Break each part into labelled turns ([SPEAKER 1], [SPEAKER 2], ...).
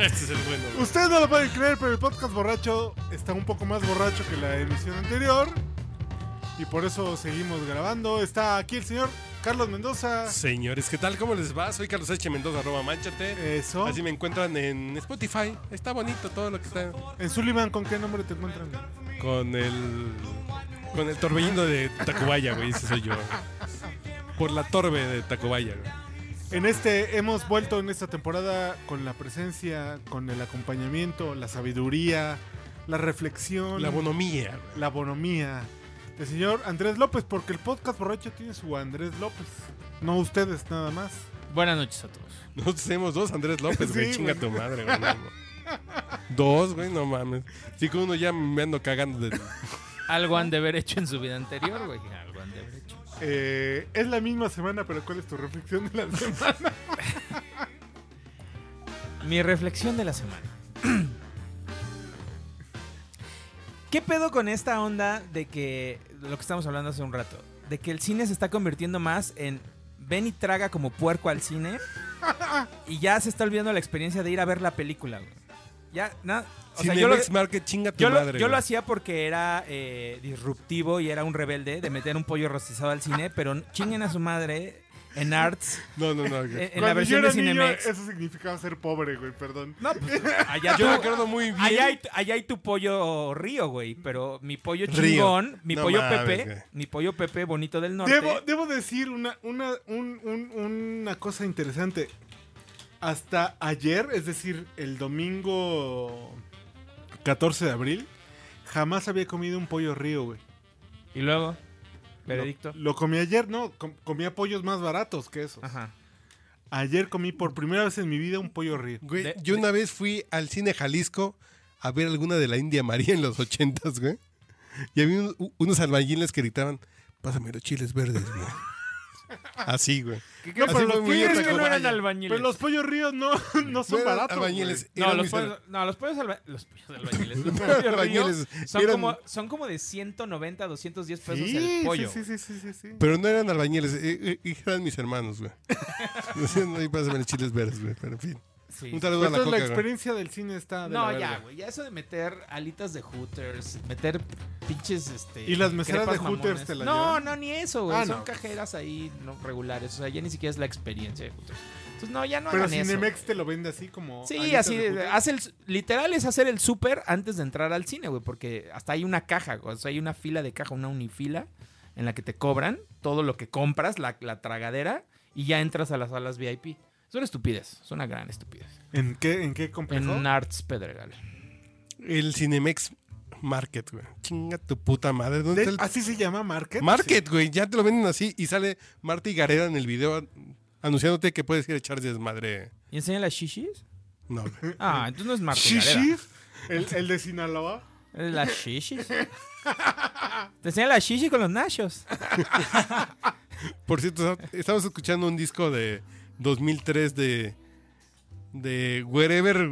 [SPEAKER 1] Este es el bueno. güey.
[SPEAKER 2] Ustedes no lo pueden creer, pero el podcast borracho está un poco más borracho que la emisión anterior. Y por eso seguimos grabando. Está aquí el señor Carlos Mendoza.
[SPEAKER 1] Señores, ¿qué tal? ¿Cómo les va? Soy Carlos H. Mendoza, arroba manchate.
[SPEAKER 2] Eso.
[SPEAKER 1] Así me encuentran en Spotify. Está bonito todo lo que está
[SPEAKER 2] En Sullivan, ¿con qué nombre te encuentran?
[SPEAKER 1] con el. Con el torbellino de Tacubaya, güey. Ese soy yo. Por la torbe de Tacubaya, güey.
[SPEAKER 2] En este, hemos vuelto en esta temporada con la presencia, con el acompañamiento, la sabiduría, la reflexión,
[SPEAKER 1] La bonomía, güey.
[SPEAKER 2] la bonomía del señor Andrés López, porque el podcast borracho tiene su Andrés López. No ustedes, nada más.
[SPEAKER 3] Buenas noches a todos.
[SPEAKER 1] Nosotros tenemos dos Andrés López, güey.
[SPEAKER 2] Sí,
[SPEAKER 1] Chinga tu
[SPEAKER 2] güey.
[SPEAKER 1] madre, güey. no, güey. Dos, güey, no mames. Sí, con uno ya me ando cagando de.
[SPEAKER 3] Algo han de haber hecho en su vida anterior, güey. Algo han de haber hecho.
[SPEAKER 2] Eh, es la misma semana, pero ¿cuál es tu reflexión de la semana?
[SPEAKER 3] Mi reflexión de la semana. ¿Qué pedo con esta onda de que lo que estamos hablando hace un rato? De que el cine se está convirtiendo más en ven y traga como puerco al cine y ya se está olvidando la experiencia de ir a ver la película, güey. Ya, nada. O sea, yo lo,
[SPEAKER 1] Cinemex Market, chinga tu
[SPEAKER 3] yo lo-
[SPEAKER 1] madre.
[SPEAKER 3] yo lo
[SPEAKER 1] güey.
[SPEAKER 3] hacía porque era eh, disruptivo y era un rebelde de meter un pollo rostizado al cine, pero chinguen a su madre en Arts
[SPEAKER 1] No, no, no. güey.
[SPEAKER 3] En- en
[SPEAKER 2] Cuando
[SPEAKER 3] la versión
[SPEAKER 2] yo
[SPEAKER 3] de
[SPEAKER 2] era niño,
[SPEAKER 3] Cinemex.
[SPEAKER 2] eso significaba ser pobre, güey, perdón.
[SPEAKER 3] No, pues, allá,
[SPEAKER 1] Yo me
[SPEAKER 3] tú-
[SPEAKER 1] acuerdo muy bien.
[SPEAKER 3] allá hay, allá hay tu pollo río, güey. Pero mi pollo
[SPEAKER 1] Río.
[SPEAKER 3] chingón, mi
[SPEAKER 1] No
[SPEAKER 3] pollo
[SPEAKER 1] mames,
[SPEAKER 3] Pepe,
[SPEAKER 1] güey.
[SPEAKER 3] mi pollo Pepe bonito del norte.
[SPEAKER 2] Debo, debo decir una, una, un- un- una cosa interesante. Hasta ayer, es decir, el domingo 14 de abril, jamás había comido un pollo río, güey.
[SPEAKER 3] Y luego, veredicto.
[SPEAKER 2] Lo, lo comí ayer, no, com- comía pollos más baratos que esos.
[SPEAKER 3] Ajá.
[SPEAKER 2] Ayer comí por primera vez en mi vida un pollo río.
[SPEAKER 1] Güey,
[SPEAKER 3] De-
[SPEAKER 1] yo una vez fui al cine Jalisco a ver alguna de la India María en los ochentas, güey. Y había un- u- unos albañiles que gritaban, pásame los chiles verdes, güey. Así, güey.
[SPEAKER 2] No,
[SPEAKER 1] Así fue muy
[SPEAKER 2] pollos
[SPEAKER 1] bien,
[SPEAKER 2] río
[SPEAKER 1] pero
[SPEAKER 2] no eran-
[SPEAKER 1] eran
[SPEAKER 3] albañiles.
[SPEAKER 2] pero los pollos ríos no, no
[SPEAKER 1] No
[SPEAKER 2] son
[SPEAKER 1] eran
[SPEAKER 2] baratos.
[SPEAKER 1] albañiles,
[SPEAKER 2] güey.
[SPEAKER 3] no,
[SPEAKER 1] eran
[SPEAKER 3] los
[SPEAKER 1] mis-
[SPEAKER 3] pollos, no, los pollos alba- los pollos albañiles. Los
[SPEAKER 1] Los
[SPEAKER 3] pollos río
[SPEAKER 1] albañiles
[SPEAKER 3] son,
[SPEAKER 1] eran-
[SPEAKER 3] como, son como de 190, 210 pesos
[SPEAKER 2] Sí,
[SPEAKER 3] el
[SPEAKER 2] sí,
[SPEAKER 3] pollo.
[SPEAKER 2] sí, sí, sí, sí, sí.
[SPEAKER 1] Pero no eran albañiles, eh, eh, eran mis hermanos, güey. Decían, "Ay, pásame los chiles verdes, güey. Pero en fin.
[SPEAKER 3] Sí.
[SPEAKER 1] Un saludo a la
[SPEAKER 2] Entonces Pues la
[SPEAKER 1] coca, güey.
[SPEAKER 2] experiencia del cine está de
[SPEAKER 3] No,
[SPEAKER 2] la
[SPEAKER 3] ya,
[SPEAKER 2] verga.
[SPEAKER 3] güey. Ya eso de meter alitas de Hooters, meter pinches, este...
[SPEAKER 2] ¿Y las meseras
[SPEAKER 3] crepas
[SPEAKER 2] de Hooters
[SPEAKER 3] mamonas.
[SPEAKER 2] te la
[SPEAKER 3] No,
[SPEAKER 2] llevan?
[SPEAKER 3] no, ni eso, güey.
[SPEAKER 2] Ah,
[SPEAKER 3] Son
[SPEAKER 2] no.
[SPEAKER 3] cajeras ahí no, regulares. O sea, ya ni siquiera es la experiencia de Hooters. Entonces, no, ya no
[SPEAKER 2] Pero
[SPEAKER 3] hagan
[SPEAKER 2] Cinemex
[SPEAKER 3] eso.
[SPEAKER 2] te lo vende así como.
[SPEAKER 3] Sí,
[SPEAKER 2] alitas
[SPEAKER 3] así,
[SPEAKER 2] de
[SPEAKER 3] de-
[SPEAKER 2] puto.
[SPEAKER 3] hace el, literal es hacer el súper antes de entrar al cine, güey, porque hasta hay una caja, o sea, hay una fila de caja, una unifila, en la que te cobran todo lo que compras, la, la tragadera, y ya entras a las salas VIP. Es una estupidez, es una gran estupidez.
[SPEAKER 2] ¿En qué, en qué complejo?
[SPEAKER 3] En Arts Pedregal.
[SPEAKER 1] El Cinemex Market, güey. Chinga tu puta madre. ¿Dónde
[SPEAKER 2] De-
[SPEAKER 1] está el
[SPEAKER 2] así se llama Market.
[SPEAKER 1] Market, güey. Ya te lo venden así y sale Marta y Gareda en el video a- anunciándote que puedes ir a echar desmadre.
[SPEAKER 3] ¿Y enseña las shishis?
[SPEAKER 1] No,
[SPEAKER 2] Mm,
[SPEAKER 1] güey.
[SPEAKER 3] Ah, entonces no es Marta
[SPEAKER 2] Sí.
[SPEAKER 3] Gareda.
[SPEAKER 2] Shishis, el, el de Sinaloa.
[SPEAKER 3] Es Las shishis. Te enseña las shishis con los nachos.
[SPEAKER 1] Por cierto, estamos escuchando un disco de 2003 de. de Wherever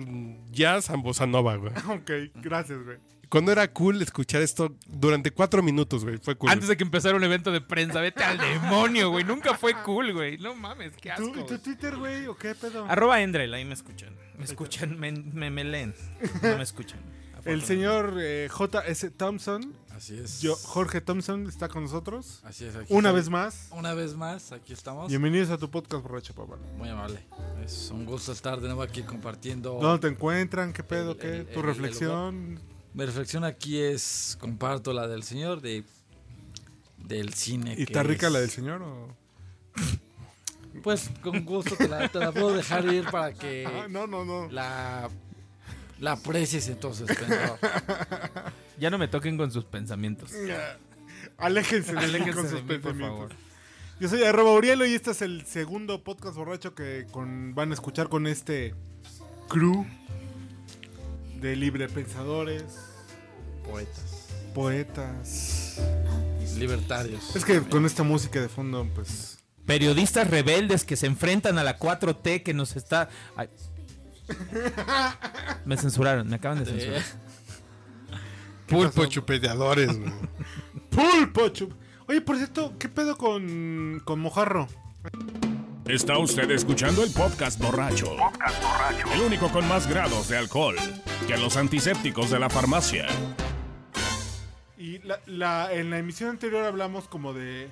[SPEAKER 1] Jazz and Bossa Nova, güey.
[SPEAKER 2] Ok, gracias, güey.
[SPEAKER 1] Cuando era cool escuchar esto durante cuatro minutos, güey. Fue cool.
[SPEAKER 3] Antes de que empezara un evento de prensa, vete al demonio, güey. Nunca fue cool, güey. No mames, qué asco.
[SPEAKER 2] ¿Tú, ¿Y tu
[SPEAKER 3] güey.
[SPEAKER 2] Twitter, güey? ¿O qué pedo?
[SPEAKER 3] Arroba Endrel, ahí me escuchan. Me escuchan, me, me, me leen. No me escuchan.
[SPEAKER 2] El señor eh, J.S. Thompson,
[SPEAKER 4] Así es.
[SPEAKER 2] yo, Jorge Thompson, está con nosotros.
[SPEAKER 4] Así es. aquí
[SPEAKER 2] Una
[SPEAKER 4] estoy.
[SPEAKER 2] vez más.
[SPEAKER 4] Una vez más, aquí estamos.
[SPEAKER 2] Bienvenidos a tu podcast, borracho, papá.
[SPEAKER 4] Muy amable. Es un gusto estar de nuevo aquí compartiendo.
[SPEAKER 3] Oh.
[SPEAKER 2] ¿Dónde te encuentran? ¿Qué pedo?
[SPEAKER 4] El-
[SPEAKER 2] ¿Qué?
[SPEAKER 4] el-
[SPEAKER 2] ¿Tu
[SPEAKER 4] el-
[SPEAKER 2] reflexión?
[SPEAKER 4] Mi reflexión aquí es, comparto la del señor de del cine.
[SPEAKER 2] ¿Y
[SPEAKER 4] que
[SPEAKER 2] está rica
[SPEAKER 4] es-
[SPEAKER 2] la del señor? O?
[SPEAKER 4] Pues con gusto te la, te la puedo dejar ir para
[SPEAKER 3] Eh,
[SPEAKER 4] que
[SPEAKER 2] Ah, no, no, no.
[SPEAKER 4] la, la aprecies entonces. Pedro.
[SPEAKER 3] Ya no me toquen con sus pensamientos.
[SPEAKER 2] Aléjense de mí
[SPEAKER 3] Aléjense
[SPEAKER 2] con
[SPEAKER 3] de
[SPEAKER 2] sus
[SPEAKER 3] mí, por
[SPEAKER 2] pensamientos.
[SPEAKER 3] favor.
[SPEAKER 2] Yo soy arroba Urielo y este es el segundo podcast borracho que con- van a escuchar con este crew de librepensadores,
[SPEAKER 4] Poetas.
[SPEAKER 2] poetas.
[SPEAKER 4] Libertarios.
[SPEAKER 2] Es que con esta música de fondo, pues...
[SPEAKER 3] Periodistas rebeldes que se enfrentan a la 4T que nos está. Ay. Me censuraron, me acaban de
[SPEAKER 4] Eh,
[SPEAKER 3] censurar.
[SPEAKER 1] Pulpo chupeteadores, güey.
[SPEAKER 2] ¡Pulpo! chup! Oye, por cierto, ¿qué pedo con, con Mojarro?
[SPEAKER 5] Está usted escuchando el podcast borracho. El único con más grados de alcohol que los antisépticos de la farmacia.
[SPEAKER 2] Y la, la- en la emisión anterior hablamos como de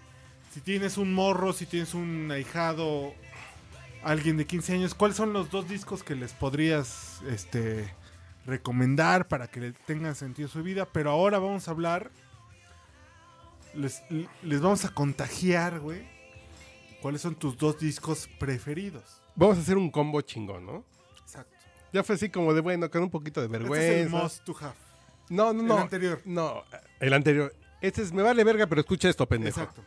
[SPEAKER 2] si tienes un morro, si tienes un ahijado, alguien de 15 años, ¿cuáles son los dos discos que les podrías este, recomendar para que le tengan sentido su vida? Pero ahora vamos a hablar, les, les vamos a contagiar, güey, cuáles son tus dos discos preferidos.
[SPEAKER 1] Vamos a hacer un combo chingón, ¿no?
[SPEAKER 2] Exacto.
[SPEAKER 1] Ya fue así como de bueno, con un poquito de vergüenza.
[SPEAKER 2] Este es el must to have.
[SPEAKER 1] No, no,
[SPEAKER 2] El
[SPEAKER 1] no.
[SPEAKER 2] anterior.
[SPEAKER 1] No, el anterior. Este es, me vale verga, pero escucha esto, pendejo.
[SPEAKER 2] Exacto,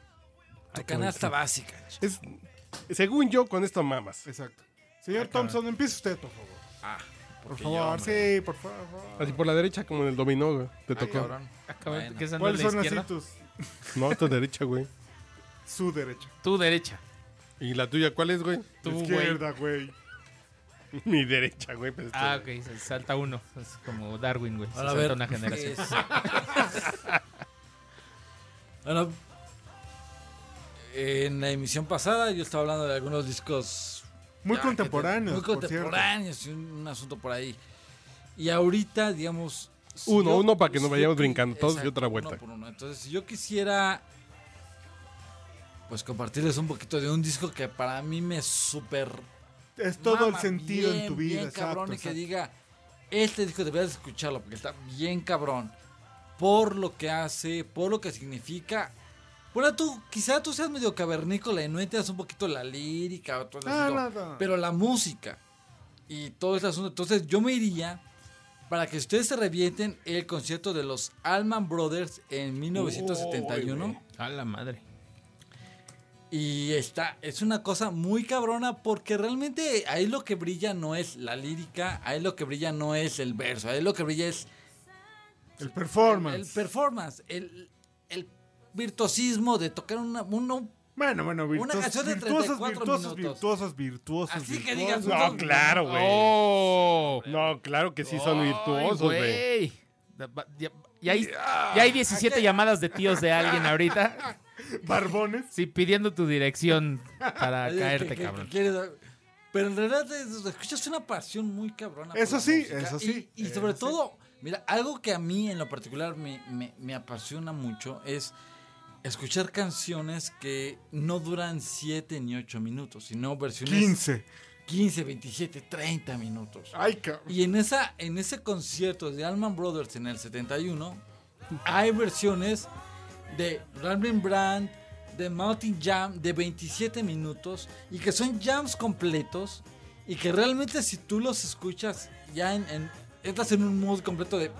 [SPEAKER 4] La canasta básica. ch-
[SPEAKER 1] Es, según yo, con esto mamas.
[SPEAKER 2] exacto.
[SPEAKER 3] Ah,
[SPEAKER 2] Señor Thompson, empiece usted, por favor.
[SPEAKER 4] Ah,
[SPEAKER 2] Por
[SPEAKER 4] porque
[SPEAKER 2] favor,
[SPEAKER 4] yo, hombre,
[SPEAKER 2] sí, por favor.
[SPEAKER 1] Así por la derecha, como en el dominó, güey. Te tocó.
[SPEAKER 4] cabrón. Bueno.
[SPEAKER 3] ¿Qué es andar
[SPEAKER 2] ¿Cuáles
[SPEAKER 3] la
[SPEAKER 2] son así
[SPEAKER 3] izquierda?
[SPEAKER 2] tus
[SPEAKER 1] no, tu derecha, güey.
[SPEAKER 2] su derecha?
[SPEAKER 3] Tu derecha.
[SPEAKER 1] ¿Y la tuya cuál es, güey?
[SPEAKER 3] Tu güey.
[SPEAKER 2] izquierda, güey.
[SPEAKER 1] Mi derecha, güey. pues,
[SPEAKER 3] Ah,
[SPEAKER 1] este-
[SPEAKER 3] ok, se salta uno. Es como Darwin, güey. Se
[SPEAKER 4] Ahora a
[SPEAKER 3] salta
[SPEAKER 4] ver. pues.
[SPEAKER 3] una generación.
[SPEAKER 4] es- Ahora, en la emisión pasada yo estaba hablando de algunos discos
[SPEAKER 2] Muy
[SPEAKER 4] ya,
[SPEAKER 2] contemporáneos.
[SPEAKER 4] que te- Muy
[SPEAKER 2] por cierto.
[SPEAKER 4] contemporáneos, y un, un asunto por ahí. Y ahorita, digamos. si
[SPEAKER 1] Uno, uno para que no
[SPEAKER 4] si
[SPEAKER 1] vayamos
[SPEAKER 4] yo qui-
[SPEAKER 1] brincando todos y otra vuelta.
[SPEAKER 4] uno por uno. Entonces, si yo quisiera. Pues compartirles un poquito de un disco que para mí me super.
[SPEAKER 2] Es todo el
[SPEAKER 4] mama,
[SPEAKER 2] sentido en
[SPEAKER 4] bien,
[SPEAKER 2] tu vida.
[SPEAKER 4] Bien cabrón, y
[SPEAKER 2] exacto,
[SPEAKER 4] que
[SPEAKER 2] exacto.
[SPEAKER 4] diga: Este disco deberías escucharlo porque está bien cabrón. Por lo que hace, por lo que significa. Bueno, tú, quizá tú seas medio cavernícola y no entiendas un poquito la lírica o todo el
[SPEAKER 2] Ah,
[SPEAKER 4] asunto,
[SPEAKER 2] nada.
[SPEAKER 4] pero la música y todo ese asunto. Entonces yo me iría para que ustedes se revienten el concierto de los Allman Brothers en 1971.
[SPEAKER 3] A la madre.
[SPEAKER 4] y está, es una cosa muy cabrona porque realmente ahí lo que brilla no es la lírica, ahí lo que brilla no es el verso, ahí lo que brilla es
[SPEAKER 2] el
[SPEAKER 4] el
[SPEAKER 2] performance.
[SPEAKER 4] performance, el, el virtuosismo de tocar una, una-
[SPEAKER 2] bueno, bueno, virtuosos,
[SPEAKER 4] canción de
[SPEAKER 2] virtuosos,
[SPEAKER 4] 34
[SPEAKER 2] virtuosos,
[SPEAKER 4] minutos.
[SPEAKER 2] virtuosos, virtuosos.
[SPEAKER 4] Así que
[SPEAKER 2] virtuosos.
[SPEAKER 4] digas,
[SPEAKER 1] No, claro, güey.
[SPEAKER 3] Oh.
[SPEAKER 1] No, claro que sí son virtuosos, güey.
[SPEAKER 3] Da- ba- Ya, ya hay, ya hay 17 llamadas de tíos de alguien ahorita.
[SPEAKER 2] Barbones.
[SPEAKER 3] Sí, pidiendo tu dirección para
[SPEAKER 4] Ay, que-
[SPEAKER 3] caerte,
[SPEAKER 4] que-
[SPEAKER 3] cabrón.
[SPEAKER 4] que quieres- pero en realidad es- escuchas una pasión muy cabrona. por
[SPEAKER 2] Eso
[SPEAKER 4] la
[SPEAKER 2] sí,
[SPEAKER 4] música.
[SPEAKER 2] eso
[SPEAKER 4] Y-
[SPEAKER 2] sí,
[SPEAKER 4] Y,
[SPEAKER 3] Eh,
[SPEAKER 2] eso
[SPEAKER 4] sobre
[SPEAKER 2] sí.
[SPEAKER 4] todo, mira, algo que a mí en lo particular me, me- me apasiona mucho es escuchar canciones que no duran 7 ni 8 minutos, sino versiones
[SPEAKER 2] 15.
[SPEAKER 4] 15, 27, 30 minutos.
[SPEAKER 2] Ay, cabrón.
[SPEAKER 4] Y en, esa, en ese concierto de Allman Brothers en el 71, hay versiones de Ramblin' Brand, de Mountain Jam, de 27 minutos, y que son jams completos, y que realmente si tú los escuchas, ya en, en- entras en un mood completo de...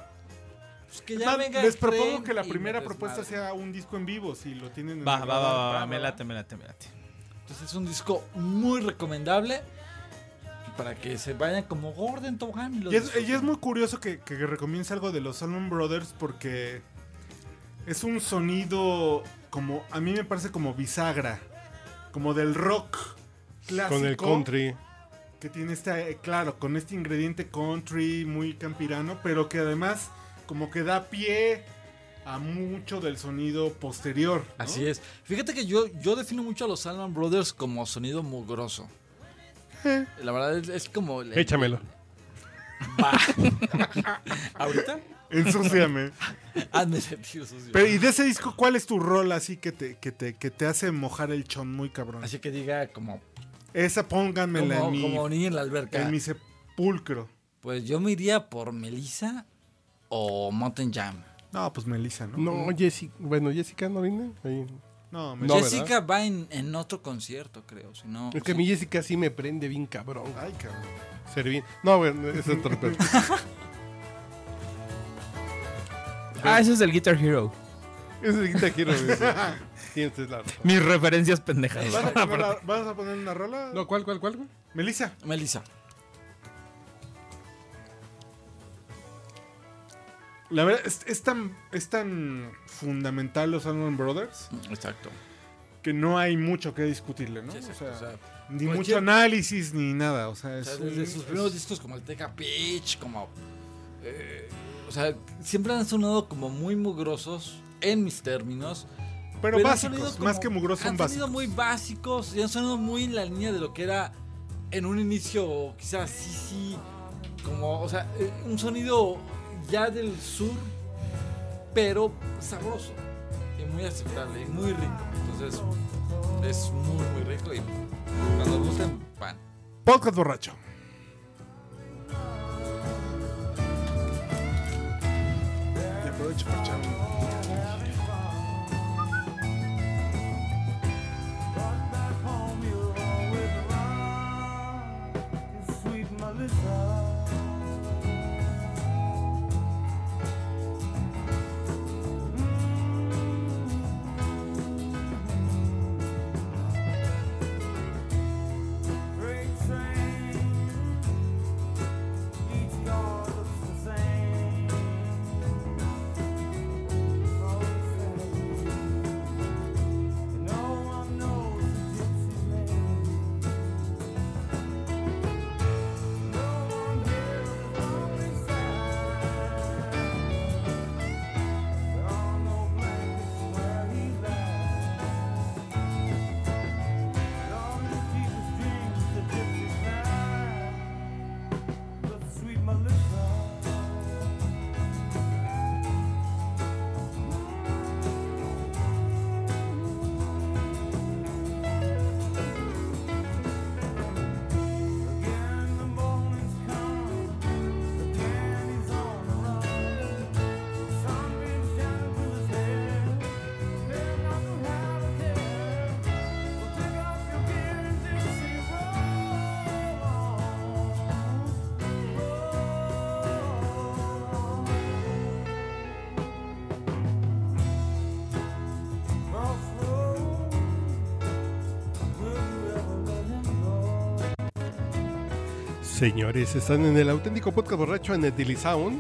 [SPEAKER 4] pues, que ya
[SPEAKER 2] Man,
[SPEAKER 4] venga
[SPEAKER 2] les
[SPEAKER 4] el
[SPEAKER 2] propongo
[SPEAKER 4] tren
[SPEAKER 2] que la
[SPEAKER 4] y me
[SPEAKER 2] primera propuesta
[SPEAKER 4] desmadre.
[SPEAKER 2] sea un disco en vivo, si lo tienen en
[SPEAKER 3] Va,
[SPEAKER 2] el
[SPEAKER 3] va, va,
[SPEAKER 2] radar.
[SPEAKER 3] va, va, me late, me late, me late.
[SPEAKER 4] Entonces es un disco muy recomendable para que se vayan como Gordon Tobogán. lo
[SPEAKER 2] Y es,
[SPEAKER 4] disfruten.
[SPEAKER 2] y es muy curioso que, que recomiendes algo de los Allman Brothers porque es un sonido como, a mí me parece como bisagra, como del rock clásico.
[SPEAKER 1] Con el country.
[SPEAKER 2] Que tiene este, eh, claro, con este ingrediente country muy campirano, pero que además como que da pie a mucho del sonido posterior. ¿no?
[SPEAKER 4] Así es. Fíjate que yo, yo defino mucho a los Allman Brothers como sonido mugroso. La verdad es, es como. el-
[SPEAKER 1] Échamelo.
[SPEAKER 4] Ahorita.
[SPEAKER 2] Ensúciame.
[SPEAKER 4] Hazme sentir sucio.
[SPEAKER 2] pero y de ese disco, ¿cuál es tu rol así que te, que te, que te hace mojar el chon muy cabrón?
[SPEAKER 4] Así que diga como.
[SPEAKER 2] Esa pónganmela
[SPEAKER 4] Como,
[SPEAKER 2] en mi
[SPEAKER 4] como niño en la alberca.
[SPEAKER 2] En mi sepulcro.
[SPEAKER 4] Pues yo me iría por Melissa o Mountain Jam.
[SPEAKER 2] No, pues Melissa, ¿no?
[SPEAKER 1] No, Jessica. Bueno, Jessica no vino. Ahí.
[SPEAKER 2] No,
[SPEAKER 1] No,
[SPEAKER 2] Melissa.
[SPEAKER 1] ¿verdad?
[SPEAKER 4] Jessica va en, en otro concierto, creo. Si no.
[SPEAKER 1] Es que a mí Jessica sí me prende bien cabrón. güey.
[SPEAKER 2] Ay, cabrón.
[SPEAKER 1] Servín. No, güey, es otro pedo.
[SPEAKER 3] Ah, ese es el Guitar Hero.
[SPEAKER 1] Es el Guitar Hero, güey. Tienes la razón.
[SPEAKER 3] Mis referencias pendejas.
[SPEAKER 2] ¿Vas a, poner la- vas a poner una rola?
[SPEAKER 1] No, ¿cuál, cuál, cuál, güey?
[SPEAKER 2] Melissa.
[SPEAKER 4] Melissa.
[SPEAKER 2] La verdad, es, es tan, es tan fundamental los Allman Brothers
[SPEAKER 4] Exacto.
[SPEAKER 2] que no hay mucho que discutirle, ¿no?
[SPEAKER 4] Sí,
[SPEAKER 2] o
[SPEAKER 4] exacto,
[SPEAKER 2] sea,
[SPEAKER 4] o sea,
[SPEAKER 2] ni
[SPEAKER 4] cualquier-
[SPEAKER 2] mucho análisis ni nada. O sea,
[SPEAKER 4] O
[SPEAKER 2] es
[SPEAKER 4] sea,
[SPEAKER 2] un-
[SPEAKER 4] desde sus primeros discos como el Teca Pitch, como... eh, o sea, siempre han sonado como muy mugrosos, en mis términos,
[SPEAKER 2] Pero,
[SPEAKER 4] han
[SPEAKER 2] básicos,
[SPEAKER 4] sonido como-
[SPEAKER 2] más que mugrosos son
[SPEAKER 4] Han sonido
[SPEAKER 2] básicos.
[SPEAKER 4] muy básicos y han sonido muy en la línea de lo que era en un inicio, quizás sí, sí, como, o sea, eh, un sonido ya del sur, pero sabroso y muy aceptable y muy rico. Entonces, es muy, muy rico y cuando gusten, pan.
[SPEAKER 2] Podcast borracho. Y aprovecho para echar un-
[SPEAKER 1] Señores, están en el auténtico podcast borracho en Etilisound.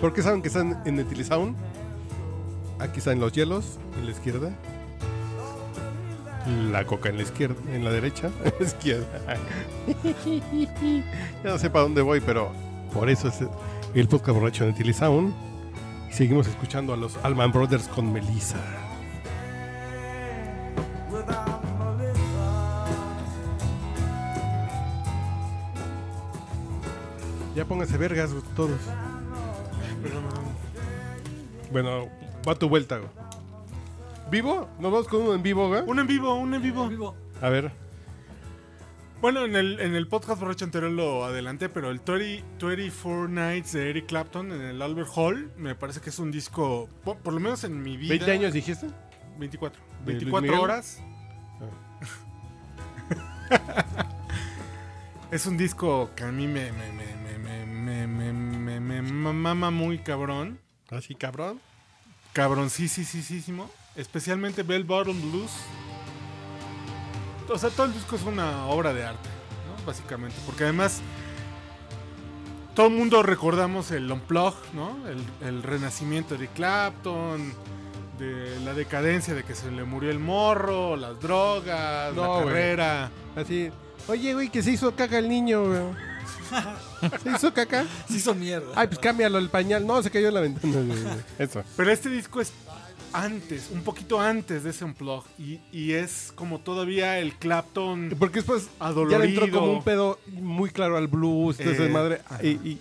[SPEAKER 1] ¿Por qué saben que están en Etilisound? Aquí están los hielos en la izquierda. La coca en la izquierda, en la derecha, en la izquierda. ya no sé para dónde voy, pero por eso es el podcast borracho en Etilisound. Y seguimos escuchando a los Alman Brothers con Melissa. Ya pónganse vergas güey, todos. Bueno, va tu vuelta. güey. ¿Vivo? Nos vamos con uno en vivo, güey.
[SPEAKER 2] Un en vivo, un en vivo.
[SPEAKER 4] Vivo.
[SPEAKER 1] A ver.
[SPEAKER 2] Bueno, en el, en el podcast borracho anterior lo adelanté, pero el 20 24 Nights de Eric Clapton en el Albert Hall me parece que es un disco, po- por, lo menos en mi vida.
[SPEAKER 1] ¿20 años dijiste?
[SPEAKER 2] 24.
[SPEAKER 1] ¿De Luis
[SPEAKER 2] 24
[SPEAKER 1] Miguel? Ah.
[SPEAKER 2] horas. es un disco que a mí me, me, me, me, me, me, me, me, me mama muy cabrón.
[SPEAKER 1] Así, cabrón.
[SPEAKER 2] Cabrón, sí, sí, sí, sí, sí, mo. Especialmente Bell Bottom Blues. O sea, todo el disco es una obra de arte, ¿no? Básicamente. Porque además, todo el mundo recordamos el Unplug, ¿no? El, el renacimiento de Clapton, de la decadencia de que se le murió el morro, las drogas,
[SPEAKER 1] No,
[SPEAKER 2] la
[SPEAKER 1] güey.
[SPEAKER 2] carrera.
[SPEAKER 1] Así. Oye, güey, que se hizo caca el niño, güey. ¿Se hizo caca?
[SPEAKER 4] Se hizo mierda.
[SPEAKER 1] Ay, pues cámbialo el pañal. No, se cayó en la ventana. güey. Eso.
[SPEAKER 2] Pero este disco es antes, un poquito antes de ese Unplug. Y, y es como todavía el Clapton.
[SPEAKER 1] Porque después ya
[SPEAKER 2] Adolorido.
[SPEAKER 1] le entró como un pedo muy claro al blues, todo ese
[SPEAKER 2] Eh,
[SPEAKER 1] madre.
[SPEAKER 2] ajá.
[SPEAKER 1] Y,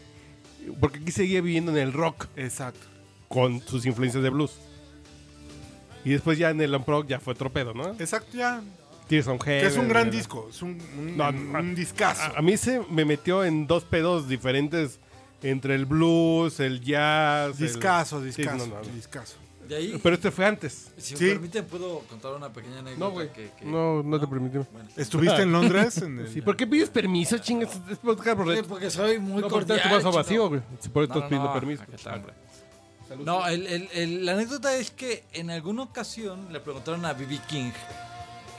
[SPEAKER 1] y- porque aquí seguía viviendo en el rock
[SPEAKER 2] Exacto.
[SPEAKER 1] con sus influencias de blues. Y después ya en el Unprog ya fue otro pedo, ¿no?
[SPEAKER 2] Exacto, ya.
[SPEAKER 1] Tears on
[SPEAKER 2] Eh, Que es
[SPEAKER 1] Heaven,
[SPEAKER 2] un gran
[SPEAKER 1] ¿no?
[SPEAKER 2] disco, es un, un,
[SPEAKER 1] No,
[SPEAKER 2] un-
[SPEAKER 1] no,
[SPEAKER 2] un discazo.
[SPEAKER 1] A, a mí se me metió en dos pedos diferentes entre el blues, el jazz. el-
[SPEAKER 2] Discazo,
[SPEAKER 1] Sí, no,
[SPEAKER 2] discazo,
[SPEAKER 1] no, no.
[SPEAKER 2] discazo.
[SPEAKER 4] De ahí,
[SPEAKER 1] Pero este fue antes.
[SPEAKER 4] si
[SPEAKER 2] sí.
[SPEAKER 4] me permiten, puedo contar una pequeña anécdota.
[SPEAKER 1] No, güey.
[SPEAKER 4] que- que-
[SPEAKER 1] No, no te permitimos.
[SPEAKER 4] Bueno.
[SPEAKER 2] ¿Estuviste en Londres? En el-
[SPEAKER 1] Sí, ¿Por qué pides permiso, chingas? Es podcast
[SPEAKER 4] Sí,
[SPEAKER 1] borracho.
[SPEAKER 4] porque soy muy
[SPEAKER 1] No, porque
[SPEAKER 4] cordial.
[SPEAKER 1] tu vaso
[SPEAKER 4] chico.
[SPEAKER 1] vacío, güey. Si por eso
[SPEAKER 4] No,
[SPEAKER 1] estás
[SPEAKER 4] no,
[SPEAKER 1] pidiendo
[SPEAKER 4] no,
[SPEAKER 1] permiso.
[SPEAKER 4] acá está, hombre. No, el- el- el- la anécdota es que en alguna ocasión le preguntaron a B.B. King,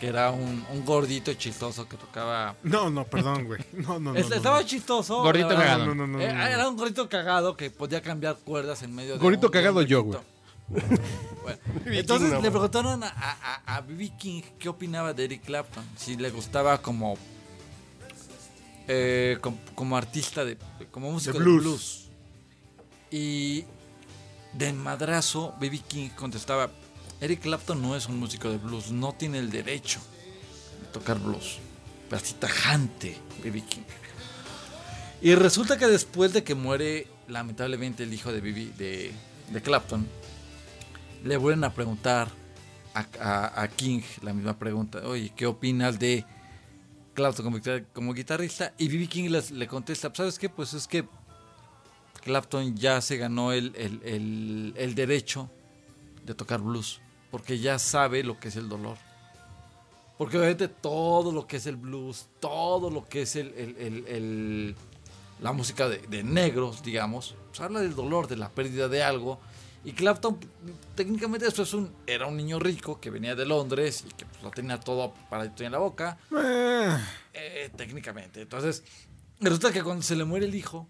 [SPEAKER 4] que era un, un gordito chistoso que tocaba...
[SPEAKER 2] No, no, perdón, güey. No, no, no.
[SPEAKER 4] Es-
[SPEAKER 2] no,
[SPEAKER 4] Este, estaba
[SPEAKER 2] no.
[SPEAKER 4] chistoso.
[SPEAKER 6] Gordito
[SPEAKER 4] la verdad.
[SPEAKER 6] cagado.
[SPEAKER 2] No, no, no,
[SPEAKER 4] Eh,
[SPEAKER 2] no, no.
[SPEAKER 4] Era un gordito cagado que podía cambiar cuerdas en medio de.
[SPEAKER 1] Gordito
[SPEAKER 4] un-
[SPEAKER 1] cagado
[SPEAKER 4] de un
[SPEAKER 1] yo,
[SPEAKER 4] poquito. Bueno,
[SPEAKER 1] King,
[SPEAKER 4] entonces
[SPEAKER 1] no,
[SPEAKER 4] le
[SPEAKER 1] güey.
[SPEAKER 4] preguntaron a, a, a- a B.B. King qué opinaba de Eric Clapton. Si le gustaba como. eh, com- como, artista de. Como músico de
[SPEAKER 2] blues.
[SPEAKER 4] blues. Y. De madrazo, B.B. King contestaba: Eric Clapton no es un músico de blues, no tiene el derecho de tocar blues. Pero así tajante, B.B. King. Y resulta que después de que muere, lamentablemente, el hijo de B.B. de, de Clapton, le vuelven a preguntar a, a- a King la misma pregunta. Oye, ¿qué opinas de Clapton como, guitar- como guitarrista? Y B.B. King les- le contesta, ¿sabes qué? Pues es que Clapton ya se ganó el, el- el- el derecho de tocar blues, porque ya sabe lo que es el dolor. Porque obviamente todo lo que es el blues, todo lo que es el, el- el- el- la música de, de negros, digamos, pues habla del dolor, de la pérdida de algo. Y Clapton, técnicamente eso es un, era un niño rico que venía de Londres y que pues, lo tenía todo paradito en la boca.
[SPEAKER 2] Eh,
[SPEAKER 4] Eh, técnicamente. Entonces, resulta que cuando se le muere el hijo,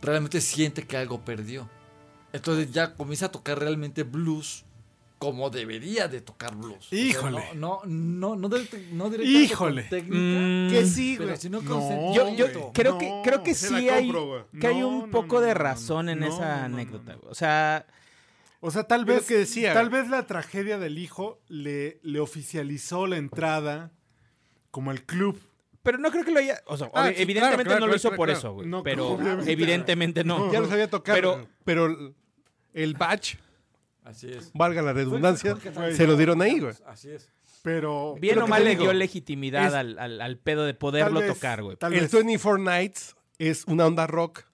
[SPEAKER 4] realmente siente que algo perdió. Entonces ya comienza a tocar realmente blues como debería de tocar blues. O sea,
[SPEAKER 2] Híjole.
[SPEAKER 4] no, no, no, no, direct- no directamente
[SPEAKER 2] Híjole.
[SPEAKER 4] con técnica,
[SPEAKER 3] Mm,
[SPEAKER 6] Que sí,
[SPEAKER 4] pero
[SPEAKER 6] güey.
[SPEAKER 4] sino con
[SPEAKER 2] No,
[SPEAKER 4] sentimiento.
[SPEAKER 3] Yo, yo
[SPEAKER 2] güey.
[SPEAKER 3] creo que,
[SPEAKER 2] No,
[SPEAKER 3] creo que
[SPEAKER 2] se la
[SPEAKER 3] sí hay,
[SPEAKER 2] compro, güey.
[SPEAKER 3] que hay
[SPEAKER 2] No,
[SPEAKER 3] un
[SPEAKER 2] no,
[SPEAKER 3] poco
[SPEAKER 2] no,
[SPEAKER 3] de
[SPEAKER 2] no, no,
[SPEAKER 3] razón en
[SPEAKER 2] no, no,
[SPEAKER 3] esa
[SPEAKER 2] no, no.
[SPEAKER 3] anécdota. güey. O sea,
[SPEAKER 2] O sea, tal
[SPEAKER 6] Pero
[SPEAKER 2] vez,
[SPEAKER 6] que decía,
[SPEAKER 2] tal
[SPEAKER 6] güey.
[SPEAKER 2] vez la tragedia del hijo le, le oficializó la entrada como al club.
[SPEAKER 3] pero no creo que lo haya. O sea,
[SPEAKER 1] Ah, sí,
[SPEAKER 3] obvi-
[SPEAKER 1] claro,
[SPEAKER 3] evidentemente
[SPEAKER 1] claro,
[SPEAKER 3] no lo
[SPEAKER 1] claro,
[SPEAKER 3] hizo
[SPEAKER 1] claro,
[SPEAKER 3] por
[SPEAKER 1] claro.
[SPEAKER 3] eso, güey.
[SPEAKER 2] No,
[SPEAKER 3] pero
[SPEAKER 2] obviamente.
[SPEAKER 3] evidentemente no.
[SPEAKER 1] Ya lo sabía tocar, pero,
[SPEAKER 3] Pero-
[SPEAKER 1] el batch,
[SPEAKER 4] Así es.
[SPEAKER 1] valga la redundancia,
[SPEAKER 4] Porque tal-
[SPEAKER 1] se lo dieron ahí, güey.
[SPEAKER 4] Así es.
[SPEAKER 2] Pero.
[SPEAKER 3] Bien
[SPEAKER 2] pero
[SPEAKER 3] o
[SPEAKER 2] que
[SPEAKER 3] mal
[SPEAKER 2] te
[SPEAKER 3] le
[SPEAKER 2] digo,
[SPEAKER 3] dio legitimidad
[SPEAKER 2] es-
[SPEAKER 3] al, al- al pedo de
[SPEAKER 2] tal
[SPEAKER 3] poderlo
[SPEAKER 2] vez-
[SPEAKER 3] tocar, güey.
[SPEAKER 2] tal
[SPEAKER 1] El
[SPEAKER 2] vez.
[SPEAKER 1] 24 Nights es una onda rock,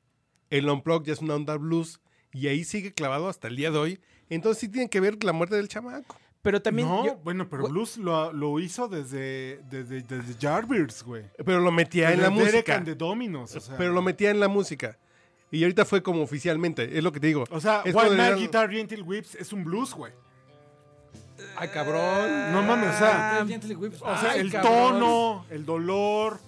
[SPEAKER 1] el Unplugged ya es una onda blues, y ahí sigue clavado hasta el día de hoy. Entonces sí tiene que ver la muerte del chamaco.
[SPEAKER 3] Pero también.
[SPEAKER 2] no,
[SPEAKER 3] yo-
[SPEAKER 2] bueno, pero
[SPEAKER 3] güey.
[SPEAKER 2] Blues lo, lo hizo desde, desde, desde Jarvis, güey.
[SPEAKER 1] Pero lo metía en la
[SPEAKER 2] Desde Derek
[SPEAKER 1] música.
[SPEAKER 2] and the Dominos, o sea.
[SPEAKER 1] Pero lo metía en la música. Y ahorita fue como oficialmente, es lo que te digo.
[SPEAKER 2] O sea,
[SPEAKER 1] es
[SPEAKER 2] White
[SPEAKER 1] cuando
[SPEAKER 2] Man
[SPEAKER 1] le dieron-
[SPEAKER 2] Guitar Gentle Whips es un blues, güey.
[SPEAKER 1] Ah, cabrón.
[SPEAKER 2] No mames, o sea.
[SPEAKER 4] Ah, Gentle Whips.
[SPEAKER 2] O sea,
[SPEAKER 4] Ay,
[SPEAKER 2] el
[SPEAKER 4] cabrón.
[SPEAKER 2] tono, el dolor,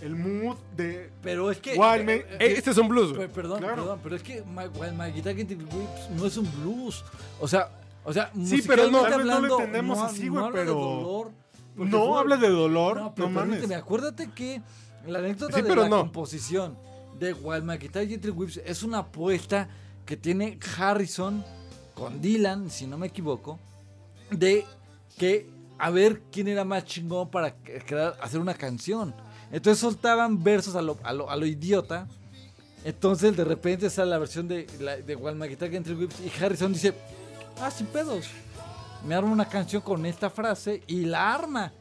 [SPEAKER 2] el mood de.
[SPEAKER 4] Pero es que.
[SPEAKER 2] Wild Man-
[SPEAKER 4] eh, eh,
[SPEAKER 1] Este es un blues.
[SPEAKER 4] Per-
[SPEAKER 1] güey.
[SPEAKER 4] perdón,
[SPEAKER 2] Claro.
[SPEAKER 4] perdón, pero es que My, Wild My Guitar Getting Whips no es un blues. O sea, o sea,
[SPEAKER 1] Sí, pero no.
[SPEAKER 2] Tal vez
[SPEAKER 4] musicalmente
[SPEAKER 2] no lo
[SPEAKER 4] hablando,
[SPEAKER 2] entendemos
[SPEAKER 4] ha-
[SPEAKER 2] así, güey,
[SPEAKER 4] habla de
[SPEAKER 2] pero-
[SPEAKER 4] dolor, porque
[SPEAKER 2] No
[SPEAKER 4] fue-
[SPEAKER 2] habla de dolor,
[SPEAKER 4] No,
[SPEAKER 2] no,
[SPEAKER 4] pero permíteme,
[SPEAKER 2] mames.
[SPEAKER 4] acuérdate que la anécdota
[SPEAKER 1] Sí,
[SPEAKER 4] de
[SPEAKER 1] pero
[SPEAKER 4] la
[SPEAKER 1] no.
[SPEAKER 4] composición de Wild My Guitar Getting Whips es una apuesta que tiene Harrison con Dylan, si no me equivoco, de que a ver quién era más chingón para que- crear- hacer una canción. Entonces soltaban versos a lo, a lo- a lo idiota. Entonces de repente sale la versión de, la, de Wild My Guitar Gentry Whips y Harrison dice, ah, sin pedos. Me arma una canción con esta frase y la arma.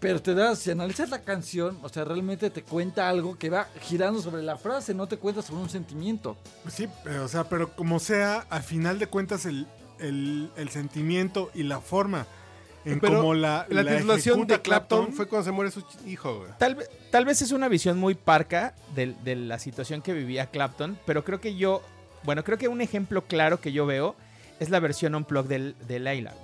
[SPEAKER 4] Pero te das, si analizas la canción, o sea, realmente te cuenta algo que va girando sobre la frase, no te cuenta sobre un sentimiento.
[SPEAKER 2] Sí, pero, o sea, pero como sea, al final de cuentas el, el, el sentimiento y la forma en
[SPEAKER 1] Pero
[SPEAKER 2] como la
[SPEAKER 1] La,
[SPEAKER 2] la
[SPEAKER 1] titulación
[SPEAKER 2] ejecuta
[SPEAKER 1] de Clapton, fue cuando se muere su ch- hijo, güey.
[SPEAKER 3] Tal, ve- tal vez es una visión muy parca del- de, la situación que vivía Clapton, pero creo que yo, bueno, creo que un ejemplo claro que yo veo es la versión unplugged del, de Laila.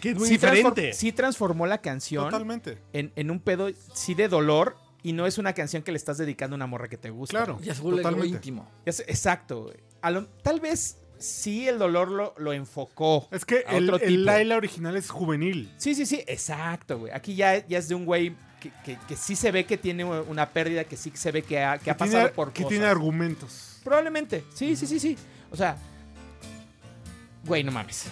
[SPEAKER 1] Que es muy
[SPEAKER 3] sí, transfor-
[SPEAKER 1] diferente.
[SPEAKER 3] sí transformó la canción
[SPEAKER 2] totalmente.
[SPEAKER 3] en, en un pedo, sí de dolor, y no es una canción que le estás dedicando a una morra que te gusta.
[SPEAKER 2] Claro.
[SPEAKER 4] Ya se vuelve algo
[SPEAKER 2] Totalmente.
[SPEAKER 4] íntimo.
[SPEAKER 3] Ya sé- exacto. güey. A lo- tal vez sí el dolor lo, lo enfocó.
[SPEAKER 2] Es que
[SPEAKER 3] a
[SPEAKER 2] el,
[SPEAKER 3] otro
[SPEAKER 2] el
[SPEAKER 3] tipo.
[SPEAKER 2] Laila original es juvenil.
[SPEAKER 3] Sí, sí, sí, exacto, güey. Aquí ya, ya es de un güey que, que- que sí se ve que tiene una pérdida, que sí se ve que ha, que ha pasado
[SPEAKER 2] tiene,
[SPEAKER 3] por
[SPEAKER 2] que
[SPEAKER 3] cosas.
[SPEAKER 2] tiene argumentos.
[SPEAKER 3] Probablemente. Sí, sí, sí, sí. O sea, güey, no mames.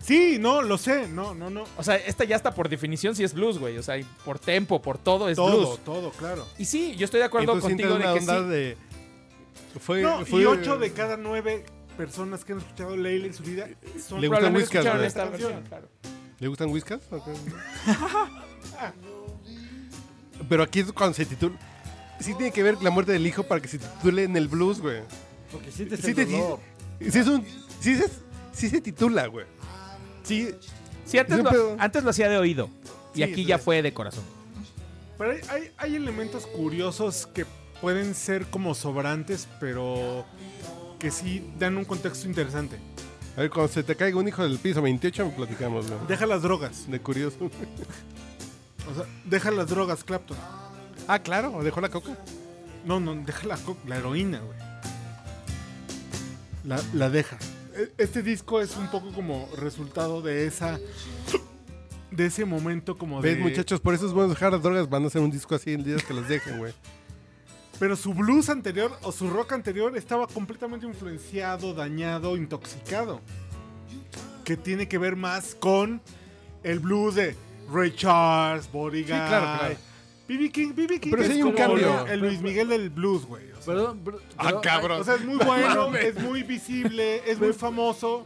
[SPEAKER 2] Sí, no, lo sé, no, no, no.
[SPEAKER 3] O sea, esta ya está por definición sí es blues, güey. O sea, y por tempo, por todo es
[SPEAKER 2] todo,
[SPEAKER 3] blues.
[SPEAKER 2] todo, claro.
[SPEAKER 3] Y sí, yo estoy de acuerdo
[SPEAKER 1] Entonces
[SPEAKER 3] contigo
[SPEAKER 1] entra
[SPEAKER 3] de
[SPEAKER 1] una
[SPEAKER 3] que
[SPEAKER 1] onda
[SPEAKER 3] sí.
[SPEAKER 1] de... Fue,
[SPEAKER 2] No,
[SPEAKER 1] fue-
[SPEAKER 2] y ocho de cada nueve personas que han escuchado Laila en su vida son
[SPEAKER 1] Le gusta
[SPEAKER 3] probablemente
[SPEAKER 1] Whiskas,
[SPEAKER 3] escucharon
[SPEAKER 1] güey.
[SPEAKER 3] esta
[SPEAKER 2] Canción.
[SPEAKER 3] versión, claro.
[SPEAKER 1] ¿Le gustan whiskas? Ok. Pero aquí es cuando se titula... Sí tiene que ver la muerte del hijo para que se titule en el blues, güey.
[SPEAKER 4] Porque sientes
[SPEAKER 1] Sí
[SPEAKER 4] el
[SPEAKER 1] te-
[SPEAKER 4] dolor.
[SPEAKER 1] Sí, es un, sí, se- sí se titula, güey. Sí,
[SPEAKER 3] Sí, antes,
[SPEAKER 1] Es un pedo.
[SPEAKER 3] lo, antes lo hacía de oído. Y
[SPEAKER 1] Sí,
[SPEAKER 3] aquí
[SPEAKER 1] sí.
[SPEAKER 3] ya fue de corazón.
[SPEAKER 2] Pero hay, hay- hay elementos curiosos que pueden ser como sobrantes, pero que sí dan un contexto interesante.
[SPEAKER 1] A ver, cuando se te caiga un hijo del piso 28, me platicamos, güey.
[SPEAKER 2] Deja las drogas.
[SPEAKER 1] De curioso.
[SPEAKER 2] O sea, deja las drogas, Clapton.
[SPEAKER 1] Ah, claro, dejó la coca.
[SPEAKER 2] No, no, deja la, co- la heroína, güey. La, la deja. E- Este disco es un poco como resultado de esa. De ese momento como de.
[SPEAKER 1] ¿Ves, muchachos? Por eso es bueno dejar las drogas. Van a hacer un disco así el día que las dejen, güey.
[SPEAKER 2] Pero su blues anterior o su rock anterior estaba completamente influenciado, dañado, intoxicado. que tiene que ver más con el blues de Ray Charles, Body Guy.
[SPEAKER 4] claro, claro.
[SPEAKER 2] B.B. King, B.B. King.
[SPEAKER 1] Pero
[SPEAKER 2] es
[SPEAKER 1] sí hay un
[SPEAKER 2] como
[SPEAKER 1] cambio.
[SPEAKER 2] El Luis Miguel del blues, güey. O sea,
[SPEAKER 4] Perdón, pero,
[SPEAKER 1] Ah,
[SPEAKER 4] pero-
[SPEAKER 1] cabrón.
[SPEAKER 2] o sea, es muy bueno, es muy visible, es muy famoso.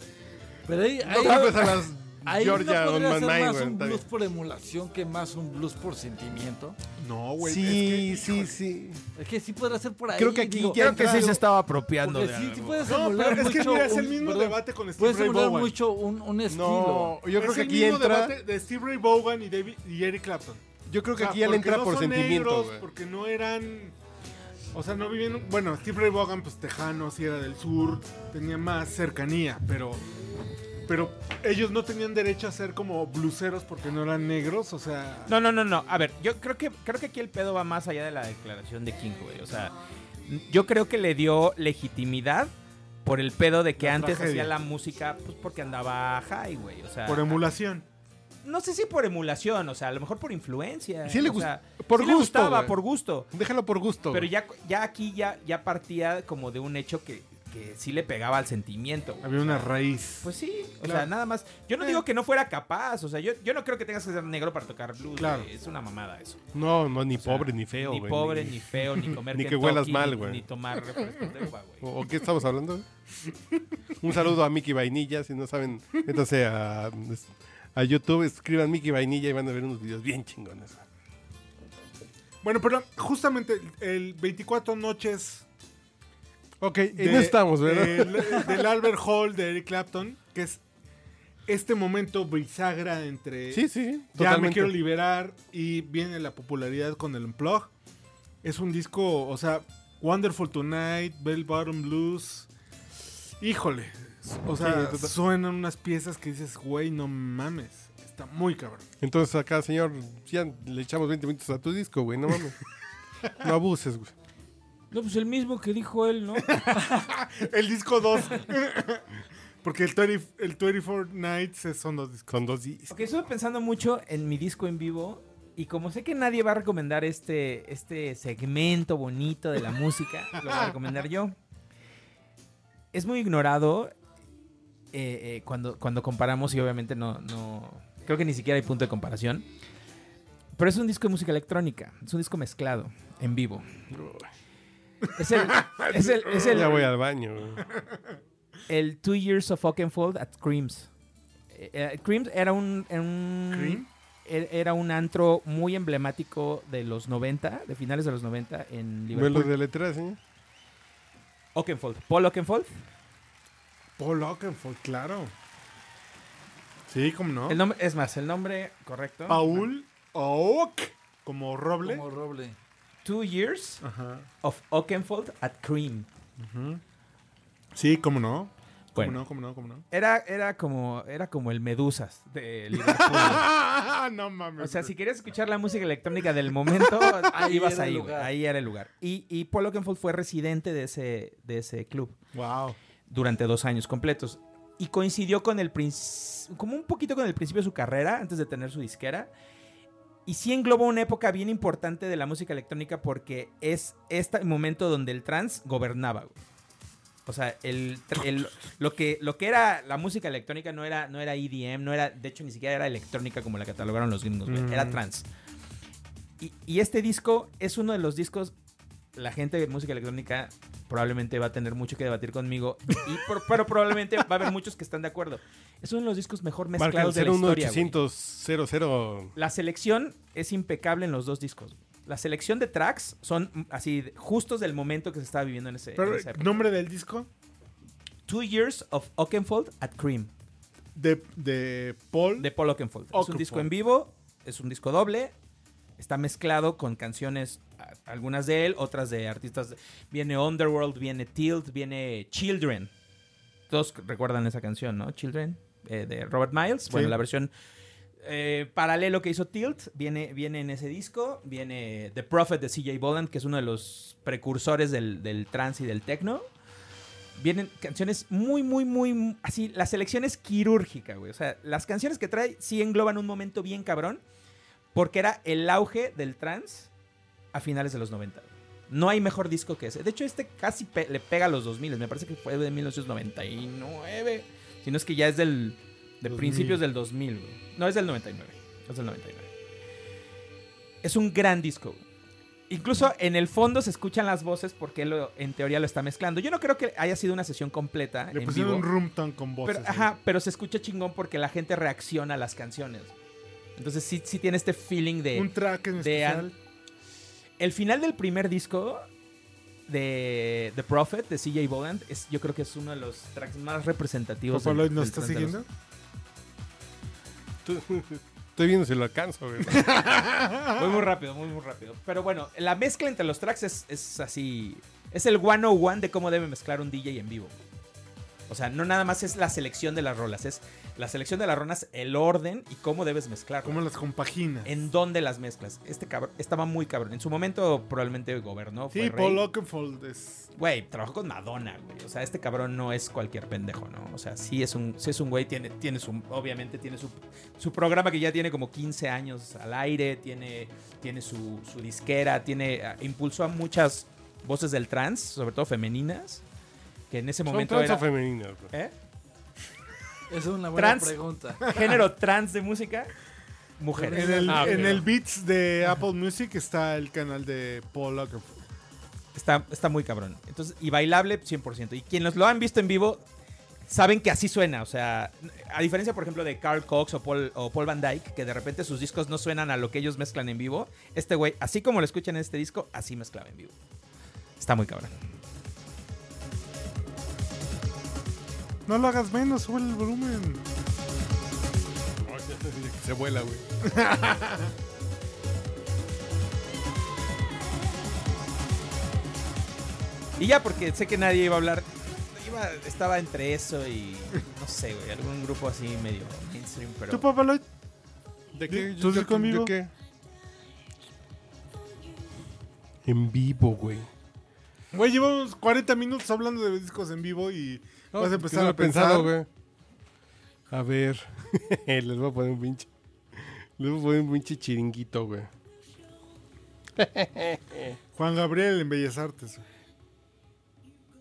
[SPEAKER 4] pero ahí,
[SPEAKER 1] No
[SPEAKER 4] ahí-
[SPEAKER 1] mames a las
[SPEAKER 4] ahí no
[SPEAKER 1] Georgia
[SPEAKER 4] podría
[SPEAKER 1] Don
[SPEAKER 4] ser
[SPEAKER 1] Man Nine, güey.
[SPEAKER 4] más un
[SPEAKER 1] está bien.
[SPEAKER 4] blues por emulación que más un blues por sentimiento.
[SPEAKER 2] No, güey.
[SPEAKER 1] Sí,
[SPEAKER 2] es
[SPEAKER 1] sí,
[SPEAKER 2] que-
[SPEAKER 1] sí.
[SPEAKER 4] Es que sí podrá ser por ahí.
[SPEAKER 1] Creo que aquí
[SPEAKER 4] digo,
[SPEAKER 1] ya
[SPEAKER 3] Creo que sí se
[SPEAKER 1] entraron-
[SPEAKER 3] estaba apropiando
[SPEAKER 4] porque
[SPEAKER 3] de
[SPEAKER 4] sí,
[SPEAKER 3] algo.
[SPEAKER 4] sí puedes
[SPEAKER 2] No,
[SPEAKER 4] emular
[SPEAKER 2] pero es que
[SPEAKER 4] mucho
[SPEAKER 2] mira, es el
[SPEAKER 4] un-
[SPEAKER 2] mismo
[SPEAKER 4] perdón,
[SPEAKER 2] debate con Steve
[SPEAKER 4] Puedes
[SPEAKER 2] Ray
[SPEAKER 4] emular
[SPEAKER 2] Vaughan.
[SPEAKER 4] mucho un, un estilo.
[SPEAKER 1] No, yo creo
[SPEAKER 2] Es
[SPEAKER 1] que
[SPEAKER 2] Pues el
[SPEAKER 1] aquí
[SPEAKER 2] mismo
[SPEAKER 1] entra.
[SPEAKER 2] debate de Steve Ray Vaughan y, David, y Eric Clapton.
[SPEAKER 1] Yo creo que
[SPEAKER 2] O sea,
[SPEAKER 1] aquí ya le
[SPEAKER 2] porque
[SPEAKER 1] entra
[SPEAKER 2] no
[SPEAKER 1] por
[SPEAKER 2] son
[SPEAKER 1] sentimiento,
[SPEAKER 2] negros,
[SPEAKER 1] güey.
[SPEAKER 2] Porque no eran. O sea, no vivían. Bueno, Steve Ray Vaughan, pues tejano, sí era del sur, tenía más cercanía, pero. Pero ellos no tenían derecho a ser como bluseros porque no eran negros, o sea.
[SPEAKER 3] No, no, no, no. A ver, yo creo que creo que aquí el pedo va más allá de la declaración de King, güey. O sea, yo creo que le dio legitimidad por el pedo de que
[SPEAKER 2] La
[SPEAKER 3] antes
[SPEAKER 2] tragedia.
[SPEAKER 3] hacía la música, pues porque andaba high, güey. O sea,
[SPEAKER 2] Por emulación.
[SPEAKER 3] no sé si por emulación, o sea, a lo mejor por influencia.
[SPEAKER 1] Sí le
[SPEAKER 3] o
[SPEAKER 1] gust-
[SPEAKER 3] sea,
[SPEAKER 1] por
[SPEAKER 3] sí
[SPEAKER 1] gusto,
[SPEAKER 3] Le gustaba,
[SPEAKER 1] güey.
[SPEAKER 3] por gusto.
[SPEAKER 1] Déjalo por gusto.
[SPEAKER 3] Pero
[SPEAKER 1] güey.
[SPEAKER 3] ya, ya aquí ya, ya partía como de un hecho que, que sí le pegaba al sentimiento. güey.
[SPEAKER 2] Había una raíz.
[SPEAKER 3] Pues sí, o
[SPEAKER 2] Claro. Eh.
[SPEAKER 3] sea, nada más. Yo no digo que no fuera capaz, o sea, yo, yo no creo que tengas que ser negro para tocar blues.
[SPEAKER 2] Claro.
[SPEAKER 3] güey. Es una mamada eso.
[SPEAKER 1] No, no, ni
[SPEAKER 3] O sea,
[SPEAKER 1] pobre, ni feo,
[SPEAKER 3] Ni
[SPEAKER 1] güey,
[SPEAKER 3] pobre, ni feo, ni comer
[SPEAKER 1] Ni que huelas
[SPEAKER 3] Kentucky,
[SPEAKER 1] mal,
[SPEAKER 3] ni-
[SPEAKER 1] güey.
[SPEAKER 3] Ni tomar refresco de uva, güey.
[SPEAKER 1] ¿O, o qué estamos hablando? Un saludo a Mickey Vainilla. Si no saben, métanse a, a YouTube, escriban Mickey Vainilla y van a ver unos videos bien chingones. güey.
[SPEAKER 2] Bueno, pero justamente el 24 noches
[SPEAKER 1] Ok, en eso estamos, ¿verdad?
[SPEAKER 2] Del, del Albert Hall de Eric Clapton, que es este momento bisagra entre
[SPEAKER 1] sí, sí,
[SPEAKER 2] ya me quiero
[SPEAKER 1] totalmente.
[SPEAKER 2] liberar y viene la popularidad con el Unplug. Es un disco, o sea, Wonderful Tonight, Bell Bottom Blues. Híjole, o sea,
[SPEAKER 1] total.
[SPEAKER 2] suenan unas piezas que dices, güey, no mames, está muy cabrón.
[SPEAKER 1] Entonces acá, señor, ya le echamos 20 minutos a tu disco, güey, no mames. No abuses, güey.
[SPEAKER 4] No, pues el mismo que dijo él, ¿no?
[SPEAKER 2] El disco 2. Porque el, 20 el 24 Nights son dos discos.
[SPEAKER 1] Con dos discos.
[SPEAKER 3] Ok, estuve pensando mucho en mi disco en vivo. Y como sé que nadie va a recomendar este, este segmento bonito de la música, lo voy a recomendar yo. Es muy ignorado eh, eh, cuando, cuando comparamos y obviamente no, no... Creo que ni siquiera hay punto de comparación. Pero es un disco de música electrónica. Es un disco mezclado, en vivo. Es el, es el, es el-
[SPEAKER 1] Ya voy al baño, güey.
[SPEAKER 3] el Two Years of Oakenfold at Creams. Eh, eh, Creams era un... era un-
[SPEAKER 2] ¿Cream?
[SPEAKER 3] er- era un antro muy emblemático de los 90, de finales de los 90 en
[SPEAKER 1] ¿Me lo
[SPEAKER 3] Liverpool.
[SPEAKER 1] de letra, señor?
[SPEAKER 3] Oakenfold. Paul Oakenfold.
[SPEAKER 2] Paul Oakenfold, claro. Sí, como no.
[SPEAKER 3] El nombre, es más, el nombre correcto.
[SPEAKER 2] Paul Oak, como roble.
[SPEAKER 4] Como roble.
[SPEAKER 3] Two Years
[SPEAKER 2] Ajá.
[SPEAKER 3] of Oakenfold at Cream.
[SPEAKER 2] Sí, como no. Como
[SPEAKER 3] Bueno.
[SPEAKER 2] no, como no, como no.
[SPEAKER 3] Era, era, como, era como el Medusas de Liverpool.
[SPEAKER 2] Ah, no mames.
[SPEAKER 3] O sea, si querías escuchar la música electrónica del momento,
[SPEAKER 4] Ahí
[SPEAKER 3] ibas
[SPEAKER 4] era el
[SPEAKER 3] ahí, güey.
[SPEAKER 4] lugar.
[SPEAKER 3] Ahí era el lugar. Y, y Paul Oakenfold fue residente de ese, de ese club.
[SPEAKER 2] Wow.
[SPEAKER 3] Eh, durante dos años completos. Y coincidió con el princ- como un poquito con el principio de su carrera, antes de tener su disquera. Y sí englobó una época bien importante de la música electrónica porque es este momento donde el trance gobernaba. güey. O sea, el, tr- el- lo, que, lo que era la música electrónica no era, no era EDM, no era, de hecho ni siquiera era electrónica como la catalogaron los gringos, güey, era trance. Y, y este disco es uno de los discos, la gente de música electrónica probablemente va a tener mucho que debatir conmigo, y por- pero probablemente va a haber muchos que están de acuerdo. Es uno de los discos mejor
[SPEAKER 1] Marca el
[SPEAKER 3] mezclados de la historia. güey.
[SPEAKER 1] 01800 00.
[SPEAKER 3] La selección es impecable en los dos discos. La selección de tracks son mm, así de- justos del momento que se estaba viviendo en ese. en
[SPEAKER 2] Pero,
[SPEAKER 3] esa época.
[SPEAKER 2] ¿Nombre del disco?
[SPEAKER 3] Two Years of Oakenfold at Cream
[SPEAKER 2] De, de Paul.
[SPEAKER 3] de Paul Oakenfold. Es un
[SPEAKER 2] Oakenfold.
[SPEAKER 3] disco en vivo, es un disco doble, está mezclado con canciones, a- algunas de él, otras de artistas. de- Viene Underworld, viene Tilt, viene Children. Todos recuerdan esa canción, ¿no? Children eh, de Robert Miles. Bueno, la versión eh, paralelo que hizo Tilt viene, viene en ese disco. Viene The Prophet de CJ Boland, que es uno de los precursores del, del trance y del techno. Vienen canciones muy, muy, muy. muy- Así, la selección es quirúrgica, güey. O sea, las canciones que trae sí engloban un momento bien cabrón, porque era el auge del trance a finales de los 90. güey. No hay mejor disco que ese. De hecho, este casi pe- le pega a los 2000. Me parece que fue de 1999. sino es que ya es del, de principios del 2000, güey. No, es del 99. Es del 99. Es un gran disco, güey. Incluso en el fondo se escuchan las voces porque él lo- en teoría lo está mezclando. Yo no creo que haya sido una sesión completa
[SPEAKER 2] Le
[SPEAKER 3] en
[SPEAKER 2] pusieron
[SPEAKER 3] vivo.
[SPEAKER 2] un room tone con voces.
[SPEAKER 3] Pero, ajá, pero se escucha chingón porque la gente reacciona a las canciones. Entonces sí, sí tiene este feeling
[SPEAKER 2] güey.
[SPEAKER 3] de...
[SPEAKER 2] Un track en
[SPEAKER 3] de
[SPEAKER 2] especial.
[SPEAKER 3] El final del primer disco de The Prophet, de CJ Boland, es, yo creo que es uno de los tracks más representativos.
[SPEAKER 2] Papá
[SPEAKER 3] del-
[SPEAKER 2] Lloyd nos está
[SPEAKER 3] del tren de los-
[SPEAKER 2] siguiendo.
[SPEAKER 1] Tú- Estoy viendo si lo alcanzo, güey.
[SPEAKER 3] Voy
[SPEAKER 2] Ah.
[SPEAKER 3] muy rápido, muy, muy rápido. Pero bueno, la mezcla entre los tracks es, es así. Es el 101 de cómo debe mezclar un DJ en vivo. O sea, no nada más es la selección de las rolas, es la selección de las rolas, el orden y cómo debes mezclarlas.
[SPEAKER 2] ¿Cómo las compagina?
[SPEAKER 3] ¿En dónde las mezclas? Este cabrón estaba muy cabrón. En su momento probablemente gobernó. fue
[SPEAKER 2] Sí,
[SPEAKER 3] rey.
[SPEAKER 2] Paul Oakenfold es.
[SPEAKER 3] Güey, trabajó con Madonna, güey. O sea, este cabrón no es cualquier pendejo, ¿no? O sea, sí es un, sí es un güey, tiene, tiene su, obviamente tiene su, su programa que ya tiene como 15 años al aire, tiene, tiene su, su disquera, tiene, ah, impulsó a muchas voces del trans, sobre todo femeninas, que en ese
[SPEAKER 1] Son
[SPEAKER 3] momento
[SPEAKER 1] trans
[SPEAKER 3] era...
[SPEAKER 1] o femeninas, güey.
[SPEAKER 3] ¿Eh?
[SPEAKER 4] Esa es una buena
[SPEAKER 3] Trans.
[SPEAKER 4] pregunta.
[SPEAKER 3] Género trans de música, mujeres.
[SPEAKER 2] En el,
[SPEAKER 1] Ah, ok.
[SPEAKER 2] en el Beats de Apple Music está el canal de Paul Oakenfold.
[SPEAKER 3] Está, está muy cabrón. Entonces, y bailable 100%. Y quienes lo han visto en vivo saben que así suena. O sea, a diferencia, por ejemplo, de Carl Cox o Paul, o Paul Van Dyke, que de repente sus discos no suenan a lo que ellos mezclan en vivo, este güey, así como lo escuchan en este disco, así mezclaba en vivo. Está muy cabrón.
[SPEAKER 2] No lo hagas menos, sube el volumen.
[SPEAKER 1] Se vuela, güey.
[SPEAKER 3] Y ya, porque sé que nadie iba a hablar. Iba- estaba entre eso y. No sé, güey. Algún grupo así medio mainstream,
[SPEAKER 2] ¿Tú,
[SPEAKER 3] pero.
[SPEAKER 2] Papá Lloyd?
[SPEAKER 1] ¿De
[SPEAKER 2] qué? ¿Tú sí conmigo?
[SPEAKER 1] qué? En vivo, güey.
[SPEAKER 2] Güey, llevamos 40 minutos hablando de discos en vivo y vas a
[SPEAKER 1] ¿Qué
[SPEAKER 2] empezar
[SPEAKER 1] no
[SPEAKER 2] a
[SPEAKER 1] he pensado, güey.
[SPEAKER 2] pensar.
[SPEAKER 1] A ver. Les voy a poner un pinche. Les voy a poner un pinche chiringuito, güey.
[SPEAKER 2] Juan Gabriel en Bellas Artes. güey.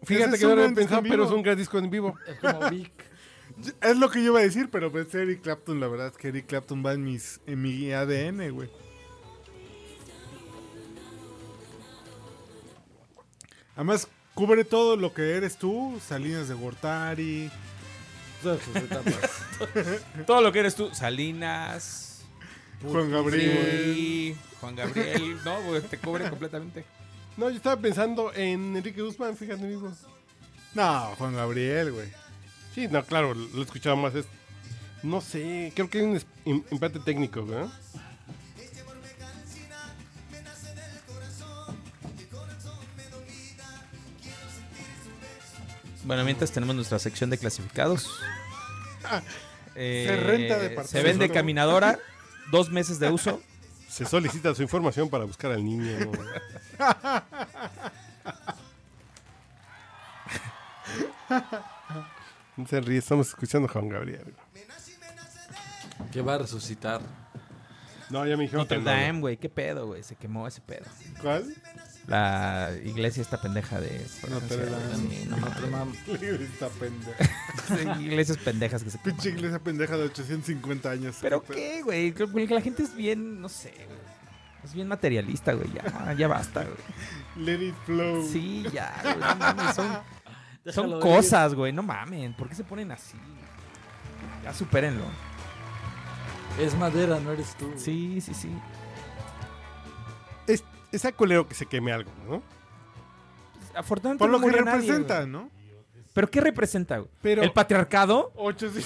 [SPEAKER 2] Ese
[SPEAKER 1] Fíjate
[SPEAKER 2] es
[SPEAKER 1] que no
[SPEAKER 2] un
[SPEAKER 1] lo
[SPEAKER 2] gran
[SPEAKER 1] había
[SPEAKER 2] disco
[SPEAKER 1] pensado,
[SPEAKER 2] en vivo.
[SPEAKER 1] pero es un gran disco en vivo.
[SPEAKER 4] Es como Vic.
[SPEAKER 2] Es lo que yo iba a decir, pero pensé Eric Clapton. La verdad es que Eric Clapton va en, mis, en mi ADN, güey. Además, cubre todo lo que eres tú. Salinas de Gortari.
[SPEAKER 4] Todas sus etapas.
[SPEAKER 3] Todo lo que eres tú, Salinas.
[SPEAKER 2] Juan Gabriel.
[SPEAKER 3] Sí, Juan Gabriel, no, güey, te cubre completamente.
[SPEAKER 1] No, yo estaba pensando en Enrique Guzmán, fíjate, amigo.
[SPEAKER 2] No, Juan Gabriel, güey.
[SPEAKER 1] Sí, no, claro, lo escuchaba más. Es... No sé, creo que hay un es- em- empate técnico, güey.
[SPEAKER 3] Bueno, mientras tenemos nuestra sección de clasificados. Eh,
[SPEAKER 2] Se renta de
[SPEAKER 3] Se
[SPEAKER 2] partido.
[SPEAKER 3] vende
[SPEAKER 2] Solo.
[SPEAKER 3] caminadora, dos meses de uso.
[SPEAKER 1] Se solicita su información para buscar al niño. No se ríe, estamos escuchando a Juan Gabriel.
[SPEAKER 4] Que va a resucitar.
[SPEAKER 1] No, ya me dijeron
[SPEAKER 3] Notre
[SPEAKER 1] que no, güey.
[SPEAKER 3] Dame, güey, qué pedo, güey, se quemó ese pedo.
[SPEAKER 2] ¿Cuál?
[SPEAKER 3] La iglesia esta pendeja de Francia,
[SPEAKER 2] Notre Dame.
[SPEAKER 3] güey, sí, no mames.
[SPEAKER 4] Notre Dame.
[SPEAKER 2] Esta pendeja.
[SPEAKER 3] Iglesias pendejas que se queman.
[SPEAKER 2] Pinche iglesia pendeja de 850 años.
[SPEAKER 3] Pero qué, güey, creo que la gente es bien, no sé, güey. Es bien materialista, güey, ya, ya basta, güey.
[SPEAKER 2] Let it flow.
[SPEAKER 3] Sí, ya, güey, no mames, son, son
[SPEAKER 4] Déjalo ir.
[SPEAKER 3] cosas, güey, no mamen. ¿Por qué se ponen así? Ya supérenlo.
[SPEAKER 4] Es madera, no eres tú.
[SPEAKER 3] Sí, sí, sí.
[SPEAKER 1] Es, está culero que se queme algo, ¿no?
[SPEAKER 3] Afortunadamente
[SPEAKER 2] Por
[SPEAKER 3] no
[SPEAKER 2] lo que
[SPEAKER 3] murió nadie,
[SPEAKER 2] representa,
[SPEAKER 3] güey.
[SPEAKER 2] ¿no?
[SPEAKER 3] ¿Pero qué representa, güey?
[SPEAKER 1] Pero-
[SPEAKER 3] ¿El patriarcado?
[SPEAKER 2] 800.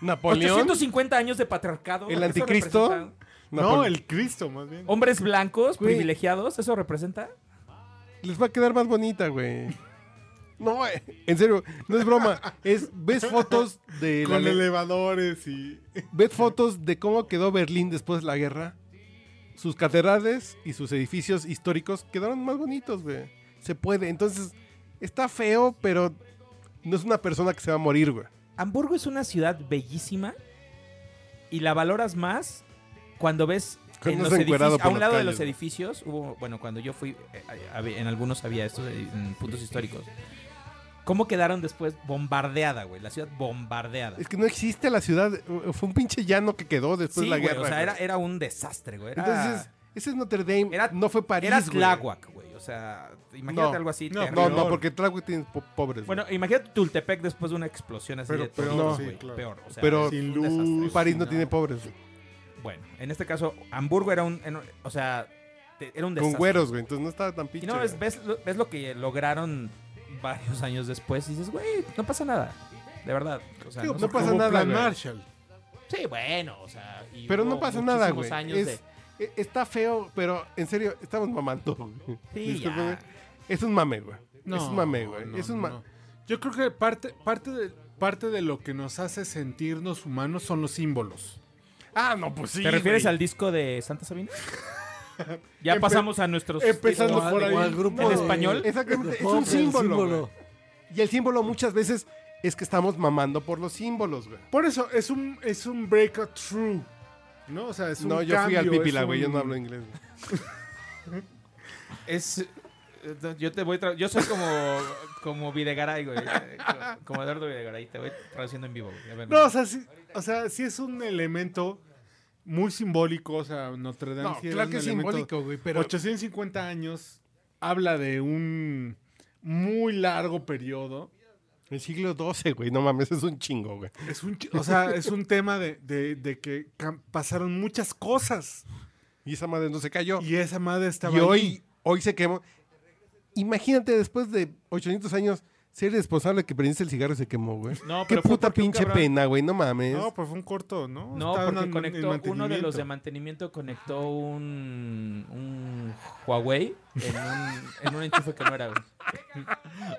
[SPEAKER 1] Napoleón.
[SPEAKER 3] 850 años de patriarcado.
[SPEAKER 1] ¿El
[SPEAKER 3] ¿eso
[SPEAKER 1] anticristo?
[SPEAKER 3] representa?
[SPEAKER 2] No,
[SPEAKER 1] Napole-
[SPEAKER 2] el Cristo, más bien.
[SPEAKER 3] ¿Hombres blancos
[SPEAKER 1] Güey.
[SPEAKER 3] privilegiados? ¿Eso representa?
[SPEAKER 1] Les va a quedar más bonita, güey. No, eh, en serio, no es broma. Es, ves fotos de la
[SPEAKER 2] Con
[SPEAKER 1] le-
[SPEAKER 2] elevadores y.
[SPEAKER 1] ves fotos de cómo quedó Berlín después de la guerra. Sus catedrales y sus edificios históricos quedaron más bonitos, güey. Se puede. Entonces, está feo, pero no es una persona que se va a morir, güey.
[SPEAKER 3] Hamburgo es una ciudad bellísima y la valoras más cuando ves en
[SPEAKER 1] Cuando
[SPEAKER 3] los
[SPEAKER 1] es encuerado
[SPEAKER 3] edificios, a
[SPEAKER 1] por las
[SPEAKER 3] un lado de
[SPEAKER 1] calles,
[SPEAKER 3] los
[SPEAKER 1] ¿no?
[SPEAKER 3] edificios, hubo, bueno, cuando yo fui, eh, hab- en algunos había estos eh, en puntos históricos. ¿Cómo quedaron después? Bombardeada, güey. La ciudad bombardeada.
[SPEAKER 1] Es que no existe la ciudad. eh, Fue un pinche llano que quedó después
[SPEAKER 3] Sí,
[SPEAKER 1] de la
[SPEAKER 3] güey,
[SPEAKER 1] guerra.
[SPEAKER 3] o sea,
[SPEAKER 1] güey.
[SPEAKER 3] era, era un desastre, güey. Era,
[SPEAKER 1] Entonces, ese es Notre Dame.
[SPEAKER 3] era-
[SPEAKER 1] no fue París.
[SPEAKER 3] era
[SPEAKER 1] güey.
[SPEAKER 3] Tláhuac, güey. O sea, imagínate
[SPEAKER 1] No,
[SPEAKER 3] algo así.
[SPEAKER 2] no,
[SPEAKER 3] terrible.
[SPEAKER 1] No, no, porque Tláhuac tiene po- pobres.
[SPEAKER 3] Bueno, imagínate Tultepec después de una explosión así
[SPEAKER 2] Pero
[SPEAKER 3] de
[SPEAKER 2] peor,
[SPEAKER 3] todo,
[SPEAKER 1] sí,
[SPEAKER 3] güey,
[SPEAKER 2] claro.
[SPEAKER 3] peor, o sea,
[SPEAKER 1] Pero
[SPEAKER 3] es un
[SPEAKER 2] sin luz,
[SPEAKER 1] güey.
[SPEAKER 3] desastre.
[SPEAKER 1] París
[SPEAKER 3] Sí,
[SPEAKER 1] no tiene pobres. güey.
[SPEAKER 3] Bueno, en este caso, Hamburgo era un, en- o sea, te- era un desastre.
[SPEAKER 1] Con güeros, güey. Entonces no estaba tan pinche.
[SPEAKER 3] Y no, ves,
[SPEAKER 1] güey.
[SPEAKER 3] ves lo- ves lo que lograron varios años después y dices, güey, no pasa nada. De verdad. O sea,
[SPEAKER 1] Digo,
[SPEAKER 3] no
[SPEAKER 1] no
[SPEAKER 3] se
[SPEAKER 1] pasa
[SPEAKER 2] Como
[SPEAKER 1] nada,
[SPEAKER 2] Plan
[SPEAKER 1] güey.
[SPEAKER 2] Marshall.
[SPEAKER 6] Sí, bueno, o sea. y
[SPEAKER 1] Pero
[SPEAKER 6] hubo
[SPEAKER 1] no pasa nada,
[SPEAKER 6] muchísimos
[SPEAKER 1] güey.
[SPEAKER 6] años
[SPEAKER 1] Es-
[SPEAKER 6] de-
[SPEAKER 1] e- Está feo, pero en serio, estamos mamando. güey.
[SPEAKER 6] Sí, ya.
[SPEAKER 1] Discúlpame. Es un mame, güey. es un mame, güey.
[SPEAKER 2] no,
[SPEAKER 1] es un
[SPEAKER 2] no,
[SPEAKER 1] ma-
[SPEAKER 2] no. Yo creo que parte, parte, de, parte de lo que nos hace sentirnos humanos son los símbolos.
[SPEAKER 1] Ah, no, pues sí.
[SPEAKER 3] ¿Te refieres
[SPEAKER 1] güey.
[SPEAKER 3] al disco de Santa Sabina? ya
[SPEAKER 1] Empe-
[SPEAKER 3] pasamos a nuestros...
[SPEAKER 1] Empezando
[SPEAKER 4] O al-
[SPEAKER 1] por ahí.
[SPEAKER 4] o al grupo
[SPEAKER 1] No,
[SPEAKER 3] ¿En español?
[SPEAKER 1] Exactamente.
[SPEAKER 4] de
[SPEAKER 1] Es
[SPEAKER 4] pop,
[SPEAKER 1] un
[SPEAKER 4] el
[SPEAKER 1] símbolo. güey. Y el símbolo muchas veces es que estamos mamando por los símbolos, güey.
[SPEAKER 2] Por eso es un, es un breakthrough. ¿No? O sea, es un
[SPEAKER 1] No, yo fui
[SPEAKER 2] cambio,
[SPEAKER 1] al
[SPEAKER 2] es
[SPEAKER 1] pipila, güey. Yo no
[SPEAKER 2] un-
[SPEAKER 1] hablo inglés. güey.
[SPEAKER 3] Es... eh, Yo te voy... tra- Yo soy como... Como Videgaray, güey. Como Eduardo Videgaray. Te voy traduciendo en vivo, güey. A ver,
[SPEAKER 2] No, o sea, sí, o sea, sí es un elemento muy simbólico. O sea, Notre Dame
[SPEAKER 1] No,
[SPEAKER 2] sí era
[SPEAKER 1] claro
[SPEAKER 2] un
[SPEAKER 1] que es
[SPEAKER 2] elemento-
[SPEAKER 1] simbólico, güey. Pero
[SPEAKER 2] 850 años habla de un muy largo periodo.
[SPEAKER 1] el siglo XII, güey. No mames, es un chingo, güey.
[SPEAKER 2] Es un, chi- o sea, es un tema de, de- de que cam- pasaron muchas cosas.
[SPEAKER 1] Y esa madre no se cayó.
[SPEAKER 2] Y esa madre estaba
[SPEAKER 1] Y
[SPEAKER 2] ahí.
[SPEAKER 1] hoy, hoy se quemó. Imagínate, después de 800 años, ser responsable que prendiste el cigarro y se quemó, güey.
[SPEAKER 3] No,
[SPEAKER 1] Qué
[SPEAKER 3] pero fue
[SPEAKER 1] puta
[SPEAKER 3] porque un
[SPEAKER 1] pinche
[SPEAKER 3] cabrón-
[SPEAKER 1] pena, güey, no mames.
[SPEAKER 2] No, pues fue un corto, ¿no?
[SPEAKER 3] No,
[SPEAKER 2] Estaban
[SPEAKER 3] porque
[SPEAKER 2] en-
[SPEAKER 3] conectó,
[SPEAKER 2] en
[SPEAKER 3] uno de los de
[SPEAKER 2] mantenimiento.
[SPEAKER 3] mantenimiento conectó un, un Huawei en un, en un enchufe que no era, güey.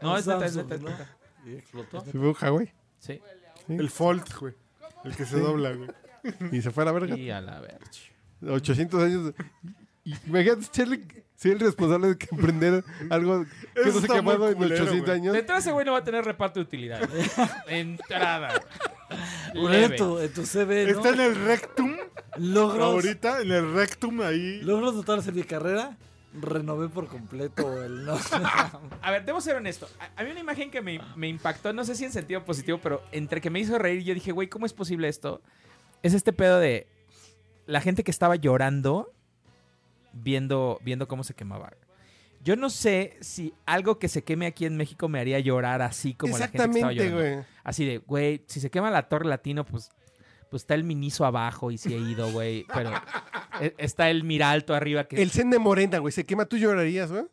[SPEAKER 3] No,
[SPEAKER 4] Un
[SPEAKER 3] es neta, es
[SPEAKER 4] Samsung,
[SPEAKER 3] neta, es
[SPEAKER 4] ¿no?
[SPEAKER 3] neta.
[SPEAKER 4] Y explotó.
[SPEAKER 1] Se fue un Huawei
[SPEAKER 3] Sí.
[SPEAKER 2] El Fold, güey. El que se dobla, güey.
[SPEAKER 1] y se fue a la verga.
[SPEAKER 3] Y a la verga.
[SPEAKER 1] 800 años. Y- y Imagínate, Charlie, ser el responsable de que prender algo que
[SPEAKER 2] Eso
[SPEAKER 1] no se
[SPEAKER 2] está
[SPEAKER 1] ha quemado
[SPEAKER 2] muy
[SPEAKER 1] en
[SPEAKER 2] culero,
[SPEAKER 1] 800
[SPEAKER 2] güey.
[SPEAKER 1] años.
[SPEAKER 3] De entrada ese güey no va a tener reparto de utilidad. güey. De entrada. güey. Leve.
[SPEAKER 4] Lento, en tu CV, ¿no?
[SPEAKER 2] Está en el rectum.
[SPEAKER 4] Logros,
[SPEAKER 2] Ahorita, en el rectum ahí.
[SPEAKER 4] logros notables en mi carrera, renové por completo el Notre Dame.
[SPEAKER 3] A ver, debo ser honesto. A- Había una imagen que me, me impactó, no sé si en sentido positivo, pero entre que me hizo reír, yo dije, güey, ¿cómo es posible esto? Es este pedo de la gente que estaba llorando viendo, viendo cómo se quemaba. Yo no sé si algo que se queme aquí en México me haría llorar así como la gente que estaba
[SPEAKER 1] Exactamente,
[SPEAKER 3] llorando.
[SPEAKER 1] güey.
[SPEAKER 3] Así de, güey, si se quema la Torre Latino, pues, pues está el Miniso abajo y sí he ido, güey. Pero eh, está el Miralto arriba que...
[SPEAKER 1] El Zen de Morena, güey, se quema, tú llorarías, güey.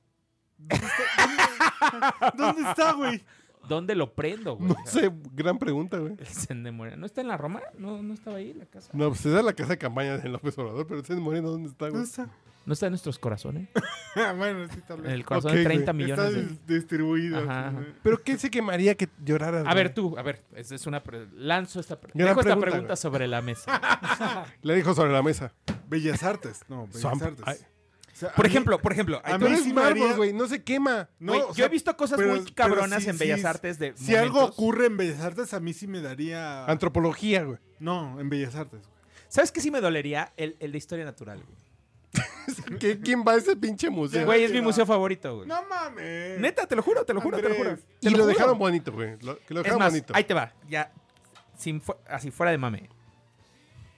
[SPEAKER 2] ¿Dónde está, güey?
[SPEAKER 3] ¿Dónde lo prendo, Pues, güey?
[SPEAKER 1] No sé, gran pregunta, güey.
[SPEAKER 3] El Zen de Morena. ¿No está en la Roma? ¿No, no estaba ahí la casa?
[SPEAKER 1] No, pues esa es la casa de campaña de López Obrador, pero el Zen de Morena, ¿dónde está,
[SPEAKER 2] ¿Dónde
[SPEAKER 1] güey?
[SPEAKER 2] está?
[SPEAKER 3] ¿No está en nuestros corazones?
[SPEAKER 2] Ah, bueno, sí, tal
[SPEAKER 3] En
[SPEAKER 2] vez.
[SPEAKER 3] el corazón
[SPEAKER 1] Ok,
[SPEAKER 3] de 30
[SPEAKER 1] güey.
[SPEAKER 3] millones.
[SPEAKER 2] Está
[SPEAKER 3] de-
[SPEAKER 2] dis- distribuido. Mm,
[SPEAKER 3] Ajá,
[SPEAKER 2] sí,
[SPEAKER 3] ajá.
[SPEAKER 2] ¿no?
[SPEAKER 1] ¿Pero qué se quemaría que lloraras?
[SPEAKER 3] A
[SPEAKER 1] güey?
[SPEAKER 3] ver tú, a ver, es, es una pre- lanzo esta pre-
[SPEAKER 1] Gran
[SPEAKER 3] Dejo esta
[SPEAKER 1] pregunta,
[SPEAKER 3] pregunta
[SPEAKER 1] güey.
[SPEAKER 3] sobre la mesa.
[SPEAKER 1] Le dijo sobre la mesa.
[SPEAKER 2] Bellas Artes. No, Bellas
[SPEAKER 1] Swamp.
[SPEAKER 2] Artes.
[SPEAKER 1] Ay.
[SPEAKER 2] O sea,
[SPEAKER 3] Por
[SPEAKER 2] a mí-
[SPEAKER 3] ejemplo, por ejemplo, ahí
[SPEAKER 2] a
[SPEAKER 3] tú-
[SPEAKER 1] Pero
[SPEAKER 2] mí
[SPEAKER 1] es
[SPEAKER 2] sí me
[SPEAKER 1] mármol,
[SPEAKER 2] haría-
[SPEAKER 1] güey, no se quema.
[SPEAKER 2] no,
[SPEAKER 3] Güey,
[SPEAKER 2] o
[SPEAKER 3] yo
[SPEAKER 2] sea,
[SPEAKER 3] he visto cosas
[SPEAKER 2] pero-
[SPEAKER 3] muy
[SPEAKER 2] pero
[SPEAKER 3] cabronas
[SPEAKER 2] sí,
[SPEAKER 3] en
[SPEAKER 2] sí,
[SPEAKER 3] Bellas Artes de
[SPEAKER 2] Si algo
[SPEAKER 3] momentos.
[SPEAKER 2] ocurre en Bellas Artes, a mí sí me daría.
[SPEAKER 1] Antropología, güey.
[SPEAKER 2] no, en Bellas Artes. güey.
[SPEAKER 3] ¿Sabes qué sí me dolería? El, el de historia natural, güey.
[SPEAKER 1] ¿Qué- ¿Quién va a ese pinche museo?
[SPEAKER 3] Güey, es mi museo favorito, güey.
[SPEAKER 2] No mames.
[SPEAKER 3] Neta, te lo juro, te lo juro, te lo juro.
[SPEAKER 2] Andrés.
[SPEAKER 1] y lo, dejaron bonito, güey. Lo, que lo
[SPEAKER 3] Es
[SPEAKER 1] dejaron
[SPEAKER 3] más,
[SPEAKER 1] bonito.
[SPEAKER 3] ahí te va. Ya, sin fu- así fuera de mame.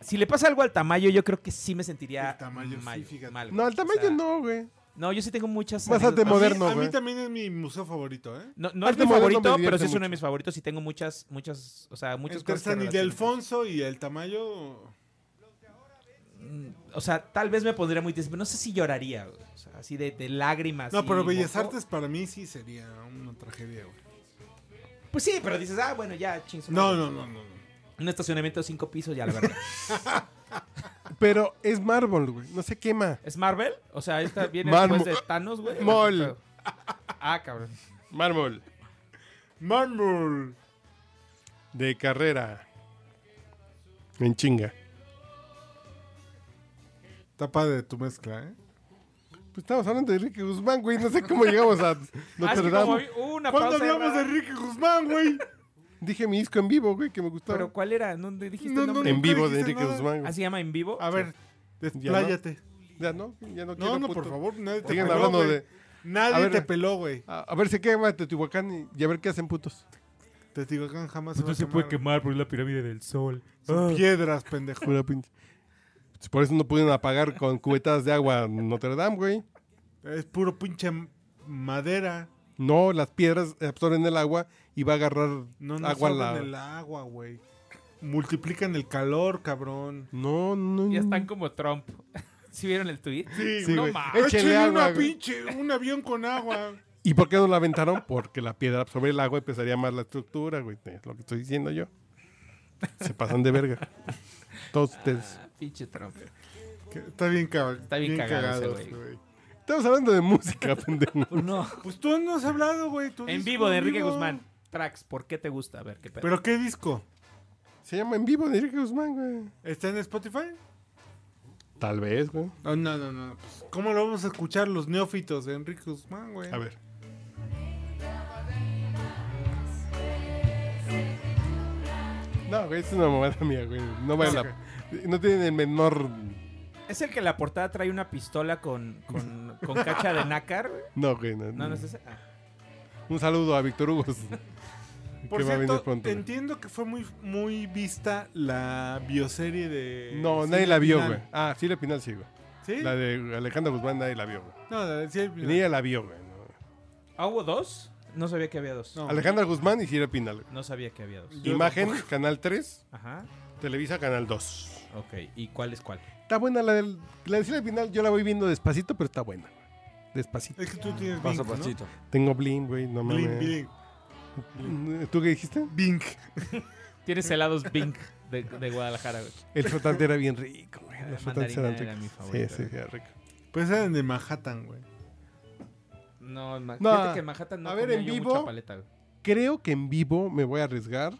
[SPEAKER 3] Si le pasa algo al tamaño, yo creo que sí me sentiría
[SPEAKER 2] El Tamayo, sí,
[SPEAKER 3] mal,
[SPEAKER 2] fíjate.
[SPEAKER 3] mal, güey.
[SPEAKER 1] No, el
[SPEAKER 3] O
[SPEAKER 1] tamaño
[SPEAKER 3] sea,
[SPEAKER 1] no, güey.
[SPEAKER 3] No, yo sí tengo muchas.
[SPEAKER 1] Más arte
[SPEAKER 2] A
[SPEAKER 3] anécdotas.
[SPEAKER 2] mí-
[SPEAKER 1] moderno,
[SPEAKER 2] A mí
[SPEAKER 1] güey.
[SPEAKER 2] también es mi museo favorito, ¿eh?
[SPEAKER 3] No, no es
[SPEAKER 1] Arte moderno me
[SPEAKER 3] mi favorito, pero sí
[SPEAKER 1] divierte
[SPEAKER 3] es uno de
[SPEAKER 1] mucho.
[SPEAKER 3] mis favoritos y tengo muchas, muchas, o sea, muchas
[SPEAKER 2] Entre
[SPEAKER 3] cosas. que
[SPEAKER 2] San
[SPEAKER 3] relaciono.
[SPEAKER 2] Ildefonso y el Tamayo.
[SPEAKER 3] O sea, tal vez me pondría muy triste, pero no sé si lloraría, güey. O sea, así de, de lágrimas.
[SPEAKER 2] No,
[SPEAKER 3] y
[SPEAKER 2] pero Bellas
[SPEAKER 3] moco.
[SPEAKER 2] Artes para mí sí sería una tragedia, güey.
[SPEAKER 3] Pues sí, pero dices, ah, bueno, ya, ching, su
[SPEAKER 2] No,
[SPEAKER 3] madre.
[SPEAKER 2] no, no, no. no.
[SPEAKER 3] Un estacionamiento de cinco pisos, ya la verdad.
[SPEAKER 1] Pero es mármol, güey. No se quema.
[SPEAKER 3] ¿Es Marvel? O sea, esta viene
[SPEAKER 1] Marmo-
[SPEAKER 3] después de Thanos, güey.
[SPEAKER 1] Mol.
[SPEAKER 3] Ah, cabrón.
[SPEAKER 1] Mármol.
[SPEAKER 2] Mármol.
[SPEAKER 1] De carrera. En chinga.
[SPEAKER 2] Tapa de tu mezcla, ¿eh?
[SPEAKER 1] Pues estamos hablando de Enrique Guzmán, güey. No sé cómo llegamos a
[SPEAKER 3] Ah, es
[SPEAKER 1] Notre
[SPEAKER 3] que como vi
[SPEAKER 1] Dame.
[SPEAKER 3] una
[SPEAKER 2] ¿Cuándo
[SPEAKER 3] pausa
[SPEAKER 2] hablamos de
[SPEAKER 3] rara.
[SPEAKER 2] Enrique Guzmán, güey?
[SPEAKER 1] Dije mi disco en vivo, güey, que me gustaba.
[SPEAKER 3] Pero ¿cuál era? ¿No te dijiste
[SPEAKER 2] No,
[SPEAKER 3] el
[SPEAKER 2] no,
[SPEAKER 3] nombre?
[SPEAKER 1] en
[SPEAKER 2] nunca
[SPEAKER 1] vivo de
[SPEAKER 2] dijiste
[SPEAKER 1] Enrique
[SPEAKER 2] nada.
[SPEAKER 1] Guzmán, güey.
[SPEAKER 3] ¿Ah, se llama en vivo?
[SPEAKER 2] A ver,
[SPEAKER 1] no?
[SPEAKER 2] despláyate.
[SPEAKER 1] Ya no, ya no
[SPEAKER 2] No,
[SPEAKER 1] quiero.
[SPEAKER 2] no,
[SPEAKER 1] puto.
[SPEAKER 2] por favor, nadie te
[SPEAKER 1] Sigan
[SPEAKER 2] pagó,
[SPEAKER 1] hablando
[SPEAKER 2] güey.
[SPEAKER 1] de, A
[SPEAKER 2] Nadie
[SPEAKER 1] ver.
[SPEAKER 2] te peló, güey.
[SPEAKER 1] A, a ver, se quema Teotihuacán y, y a ver qué hacen putos.
[SPEAKER 2] Te digo que jamás
[SPEAKER 7] Esto
[SPEAKER 3] Pues
[SPEAKER 2] va
[SPEAKER 7] se
[SPEAKER 2] a
[SPEAKER 7] puede
[SPEAKER 2] quemar.
[SPEAKER 7] quemar por la pirámide del sol.
[SPEAKER 2] Son
[SPEAKER 7] Ah.
[SPEAKER 2] piedras, pendejo.
[SPEAKER 1] Pura pinche- Por eso no pudieron apagar con cubetas de agua Notre Dame, güey.
[SPEAKER 2] Es puro pinche m- madera.
[SPEAKER 1] No, las piedras absorben el agua y va a agarrar
[SPEAKER 2] No nos
[SPEAKER 1] agua
[SPEAKER 2] agua
[SPEAKER 1] a la...
[SPEAKER 2] el agua, güey. Multiplican el calor, cabrón.
[SPEAKER 1] No, no,
[SPEAKER 3] Ya
[SPEAKER 1] no.
[SPEAKER 3] están como Trump. ¿Sí vieron el tweet?
[SPEAKER 2] Sí,
[SPEAKER 1] Sí,
[SPEAKER 3] no
[SPEAKER 1] güey.
[SPEAKER 3] mames.
[SPEAKER 1] Échenle
[SPEAKER 2] Échenle
[SPEAKER 1] agua,
[SPEAKER 2] una
[SPEAKER 1] güey.
[SPEAKER 2] pinche, un avión con agua.
[SPEAKER 1] ¿Y por qué no la aventaron? Porque la piedra absorbe el agua y pesaría más la estructura, güey. Es lo que estoy diciendo yo. Se pasan de verga. Todos ustedes.
[SPEAKER 3] Ah, pinche Trump.
[SPEAKER 2] Que Está bien, cagado.
[SPEAKER 3] Está bien cagado ese güey.
[SPEAKER 1] Estamos hablando de música, pendejo.
[SPEAKER 4] Pues no.
[SPEAKER 2] Pues tú no has hablado, güey. tu
[SPEAKER 3] En
[SPEAKER 2] disco,
[SPEAKER 3] vivo de Enrique
[SPEAKER 2] amigo.
[SPEAKER 3] Guzmán. Tracks, ¿por qué te gusta? A ver, qué pedo.
[SPEAKER 2] ¿Pero qué disco?
[SPEAKER 1] Se llama En Vivo de Enrique Guzmán, güey.
[SPEAKER 2] ¿Está en Spotify?
[SPEAKER 1] Tal vez, güey.
[SPEAKER 2] No, no, no, no. pues, ¿Cómo lo vamos a escuchar los neófitos de Enrique Guzmán, güey?
[SPEAKER 1] A ver. No, güey, es una mamada mía, güey. No vale la... No tienen el menor...
[SPEAKER 3] Es el que en la portada trae una pistola con, con, con cacha de nácar. güey.
[SPEAKER 1] No, güey. No,
[SPEAKER 3] No, no es ese. Ah.
[SPEAKER 1] Un saludo a Víctor Hugo.
[SPEAKER 2] Por
[SPEAKER 1] que va a venir
[SPEAKER 2] cierto,
[SPEAKER 1] pronto, güey.
[SPEAKER 2] entiendo que fue muy, muy vista la bioserie de...
[SPEAKER 1] No,
[SPEAKER 2] Silvia
[SPEAKER 1] nadie la vio,
[SPEAKER 2] Pinal.
[SPEAKER 1] güey. Ah, Silvia Pinal sí, güey.
[SPEAKER 2] ¿Sí?
[SPEAKER 1] La de Alejandra Guzmán nadie la vio, güey.
[SPEAKER 2] No, la de Silvia Pinal.
[SPEAKER 1] Ni ella la vio, güey. ¿no?
[SPEAKER 3] ¿Ah, hubo dos? No sabía que había dos.
[SPEAKER 2] No.
[SPEAKER 1] Alejandra Guzmán y Silvia Pinal. güey.
[SPEAKER 3] No sabía que había dos.
[SPEAKER 2] Yo
[SPEAKER 1] Imagen, Canal 3,
[SPEAKER 3] Ajá.
[SPEAKER 1] Televisa, Canal 2.
[SPEAKER 3] Ok, ¿y cuál es cuál?
[SPEAKER 1] Está buena la, del, la de Silvia Pinal, yo la voy viendo despacito, pero está buena. güey. Despacito.
[SPEAKER 2] Es que tú tienes Bing,
[SPEAKER 4] Paso a
[SPEAKER 2] ¿no?
[SPEAKER 4] pasito.
[SPEAKER 1] Tengo Blink, güey, no
[SPEAKER 2] Blink,
[SPEAKER 1] mames.
[SPEAKER 2] Blink.
[SPEAKER 1] ¿Tú qué dijiste?
[SPEAKER 2] Bing.
[SPEAKER 3] Tienes helados Bink de, de Guadalajara, güey.
[SPEAKER 1] El flotante era bien rico, güey.
[SPEAKER 3] La
[SPEAKER 1] Los flotantes eran
[SPEAKER 3] mandarina era
[SPEAKER 1] ricos.
[SPEAKER 3] mi
[SPEAKER 1] Sí,
[SPEAKER 3] favorito.
[SPEAKER 1] sí, era rico.
[SPEAKER 2] Pues eran de Manhattan, güey.
[SPEAKER 3] No, en Ma-
[SPEAKER 1] No,
[SPEAKER 3] fíjate que en Manhattan no
[SPEAKER 1] a ver,
[SPEAKER 3] comía
[SPEAKER 1] en
[SPEAKER 3] yo
[SPEAKER 1] vivo.
[SPEAKER 3] mucha paleta, güey.
[SPEAKER 1] Creo que en vivo me voy a arriesgar.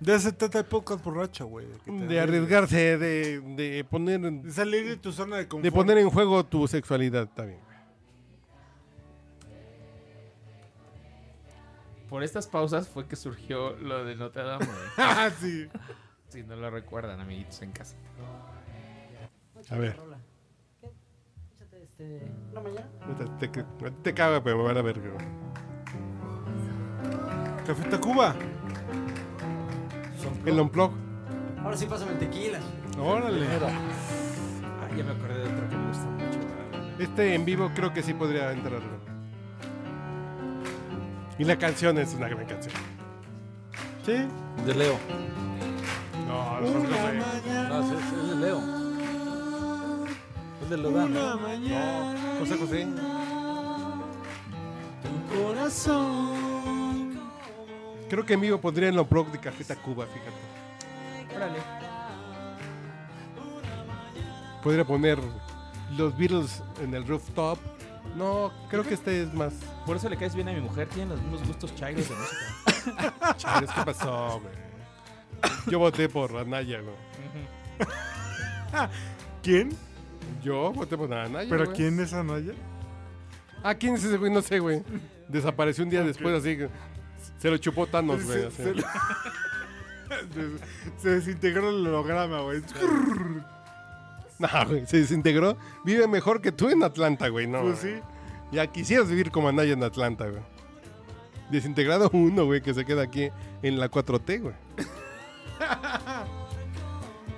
[SPEAKER 2] De ese trata el podcast borracho, güey. que te
[SPEAKER 1] De arriesgarse, de, de poner
[SPEAKER 2] De salir de tu zona de confort.
[SPEAKER 1] De poner en juego tu sexualidad, está bien.
[SPEAKER 3] Por estas pausas fue que surgió lo de Notre Dame, güey.
[SPEAKER 2] ah, sí.
[SPEAKER 3] Si no lo recuerdan, amiguitos en casa.
[SPEAKER 1] A ver.
[SPEAKER 8] Échate, Este, una mañana.
[SPEAKER 1] ahorita Te, te, te caga, pero me van a ver. güey.
[SPEAKER 2] Café Tacuba.
[SPEAKER 1] El unplug.
[SPEAKER 8] Ahora sí pásame el tequila.
[SPEAKER 2] Órale.
[SPEAKER 3] Ah, ya me acordé de otro que me gusta mucho.
[SPEAKER 1] Este en vivo creo que sí podría entrar. güey. Y la canción es una gran canción.
[SPEAKER 2] Sí.
[SPEAKER 4] De Leo.
[SPEAKER 1] No, no, no,
[SPEAKER 2] Una
[SPEAKER 1] güey.
[SPEAKER 4] No, es,
[SPEAKER 2] mañana.
[SPEAKER 4] es- es de Leo. Es de Lodan.
[SPEAKER 2] Una mañana.
[SPEAKER 1] José José.
[SPEAKER 4] Tu corazón.
[SPEAKER 1] Creo que en vivo podría el unplug de Cafeta Cuba, fíjate.
[SPEAKER 3] Órale.
[SPEAKER 1] Podría poner los Beatles en el rooftop. No, creo que este es más.
[SPEAKER 3] Por eso le caes bien a mi mujer, tienen los mismos gustos chairos de música.
[SPEAKER 1] Chales, ¿qué pasó, güey? Yo voté por Anaya, güey.
[SPEAKER 2] ¿Quién?
[SPEAKER 1] Yo voté por Anaya.
[SPEAKER 2] ¿Pero
[SPEAKER 1] güey.
[SPEAKER 2] quién es Anaya?
[SPEAKER 1] Ah, ¿quién es ese güey? No sé, güey. Desapareció un día después, así. que Se lo chupó Thanos, güey.
[SPEAKER 2] se,
[SPEAKER 1] así.
[SPEAKER 2] se- se desintegró el holograma, güey.
[SPEAKER 1] No, güey, se desintegró. Vive mejor que tú en Atlanta, güey, no.
[SPEAKER 2] Pues
[SPEAKER 1] güey.
[SPEAKER 2] sí.
[SPEAKER 1] Ya quisieras vivir como Anaya en Atlanta, güey. Desintegrado uno, güey, que se queda aquí en la 4T, güey.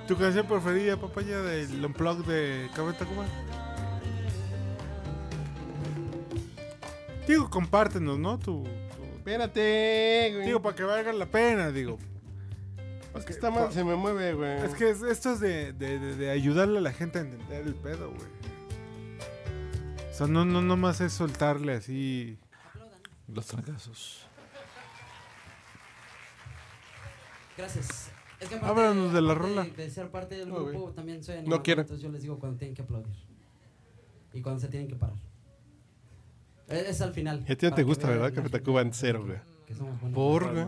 [SPEAKER 2] ¿Tu canción preferida, papaya, del unplug de Café Tacuba? Digo, compártenos, ¿no? Tu, tu-
[SPEAKER 1] Espérate, güey.
[SPEAKER 2] Digo, para que valga la pena, digo.
[SPEAKER 1] es que esta madre se me mueve, güey.
[SPEAKER 2] Es que es- esto es de, de- de- de ayudarle a la gente a entender el pedo, güey. O sea, no, no, no más es soltarle así.
[SPEAKER 4] Los trancazos.
[SPEAKER 8] Gracias. Es que aparte
[SPEAKER 2] Háblanos de la rola.
[SPEAKER 8] De, de ser parte del
[SPEAKER 1] No,
[SPEAKER 8] grupo,
[SPEAKER 1] güey.
[SPEAKER 8] también soy animador,
[SPEAKER 1] quiere.
[SPEAKER 8] Entonces yo les digo cuando tienen que aplaudir. Y cuando se tienen que parar. E, Es, es al final.
[SPEAKER 1] Y a ti no
[SPEAKER 8] para
[SPEAKER 1] te
[SPEAKER 8] que
[SPEAKER 1] gusta,
[SPEAKER 8] vean
[SPEAKER 1] ¿verdad? Café Tacuba en cero, güey.
[SPEAKER 8] Que somos buenos. Pues
[SPEAKER 1] Por, güey.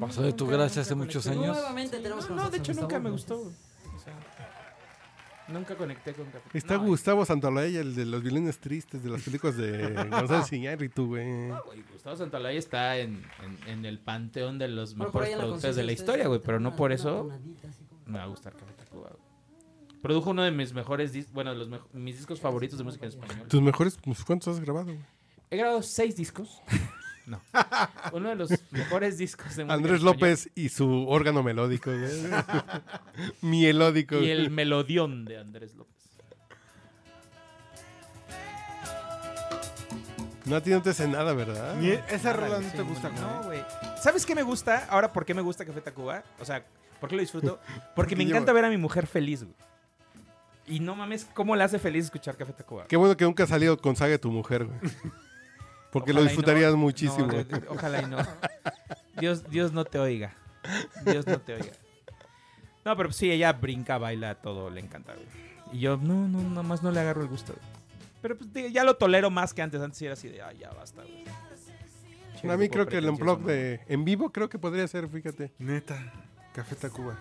[SPEAKER 4] Pasó de tu gracia hace muchos años.
[SPEAKER 8] Nuevamente tenemos
[SPEAKER 3] No,
[SPEAKER 8] con
[SPEAKER 3] no, de
[SPEAKER 8] nosotros
[SPEAKER 3] hecho
[SPEAKER 8] a
[SPEAKER 3] nunca
[SPEAKER 8] Gustavo
[SPEAKER 3] me
[SPEAKER 8] Hernández.
[SPEAKER 3] gustó. O sea, nunca conecté con Capitán.
[SPEAKER 1] Está
[SPEAKER 3] No,
[SPEAKER 1] Gustavo Santaolalla, el de los violines tristes de las películas de González Iñárritu, güey.
[SPEAKER 3] no, güey, Gustavo Santaolalla está en, en- en el panteón de los
[SPEAKER 8] Bueno, por
[SPEAKER 3] mejores
[SPEAKER 8] ahí en la
[SPEAKER 3] productores de la
[SPEAKER 8] conciencia
[SPEAKER 3] historia, güey,
[SPEAKER 8] ustedes Ah,
[SPEAKER 3] pero
[SPEAKER 8] tienen
[SPEAKER 3] no
[SPEAKER 8] una-
[SPEAKER 3] por
[SPEAKER 8] una
[SPEAKER 3] eso
[SPEAKER 8] tonadita así como-
[SPEAKER 3] me va a gustar Café Tacuba. güey.
[SPEAKER 9] Produjo uno de mis mejores discos, bueno, de los mejo- mis discos favoritos de música en español.
[SPEAKER 1] ¿Tus mejores? pues, ¿Cuántos has grabado? güey?
[SPEAKER 9] He grabado seis discos. No. Uno de los mejores discos de música en
[SPEAKER 1] Andrés
[SPEAKER 9] español.
[SPEAKER 1] López y su órgano melódico. güey. Mielódico.
[SPEAKER 9] Y
[SPEAKER 1] güey.
[SPEAKER 9] el melodión de Andrés López.
[SPEAKER 1] No, a ti no te hace nada, ¿verdad?
[SPEAKER 2] Ni esa rola no
[SPEAKER 3] Sí,
[SPEAKER 2] te gusta,
[SPEAKER 3] bueno,
[SPEAKER 1] ¿eh?
[SPEAKER 2] güey.
[SPEAKER 3] No, güey. ¿Sabes qué me gusta? Ahora, ¿por qué me gusta Café Tacuba? O sea, ¿por qué lo disfruto? Porque me
[SPEAKER 1] lleva-
[SPEAKER 3] encanta ver a mi mujer feliz, güey. Y no mames, ¿cómo la hace feliz escuchar Café Tacuba?
[SPEAKER 1] Qué bueno que nunca has salido con Saga tu mujer, güey. Porque
[SPEAKER 3] Ojalá y
[SPEAKER 1] lo
[SPEAKER 3] no.
[SPEAKER 1] disfrutarías
[SPEAKER 3] No,
[SPEAKER 1] muchísimo.
[SPEAKER 3] güey, ojalá y no. Dios, Dios no te oiga. Dios no te oiga. No, pero sí, ella brinca, baila, todo le encanta, güey. Y yo, no, no, nada más no le agarro el gusto. güey. Pero pues, digo, ya lo tolero más que antes. Antes sí era así de, ay, ya basta, güey. Che,
[SPEAKER 1] a mí
[SPEAKER 3] grupo
[SPEAKER 1] creo que el
[SPEAKER 3] pretencioso,
[SPEAKER 1] unplug de en vivo creo que podría ser, fíjate.
[SPEAKER 2] Neta, Café Tacuba.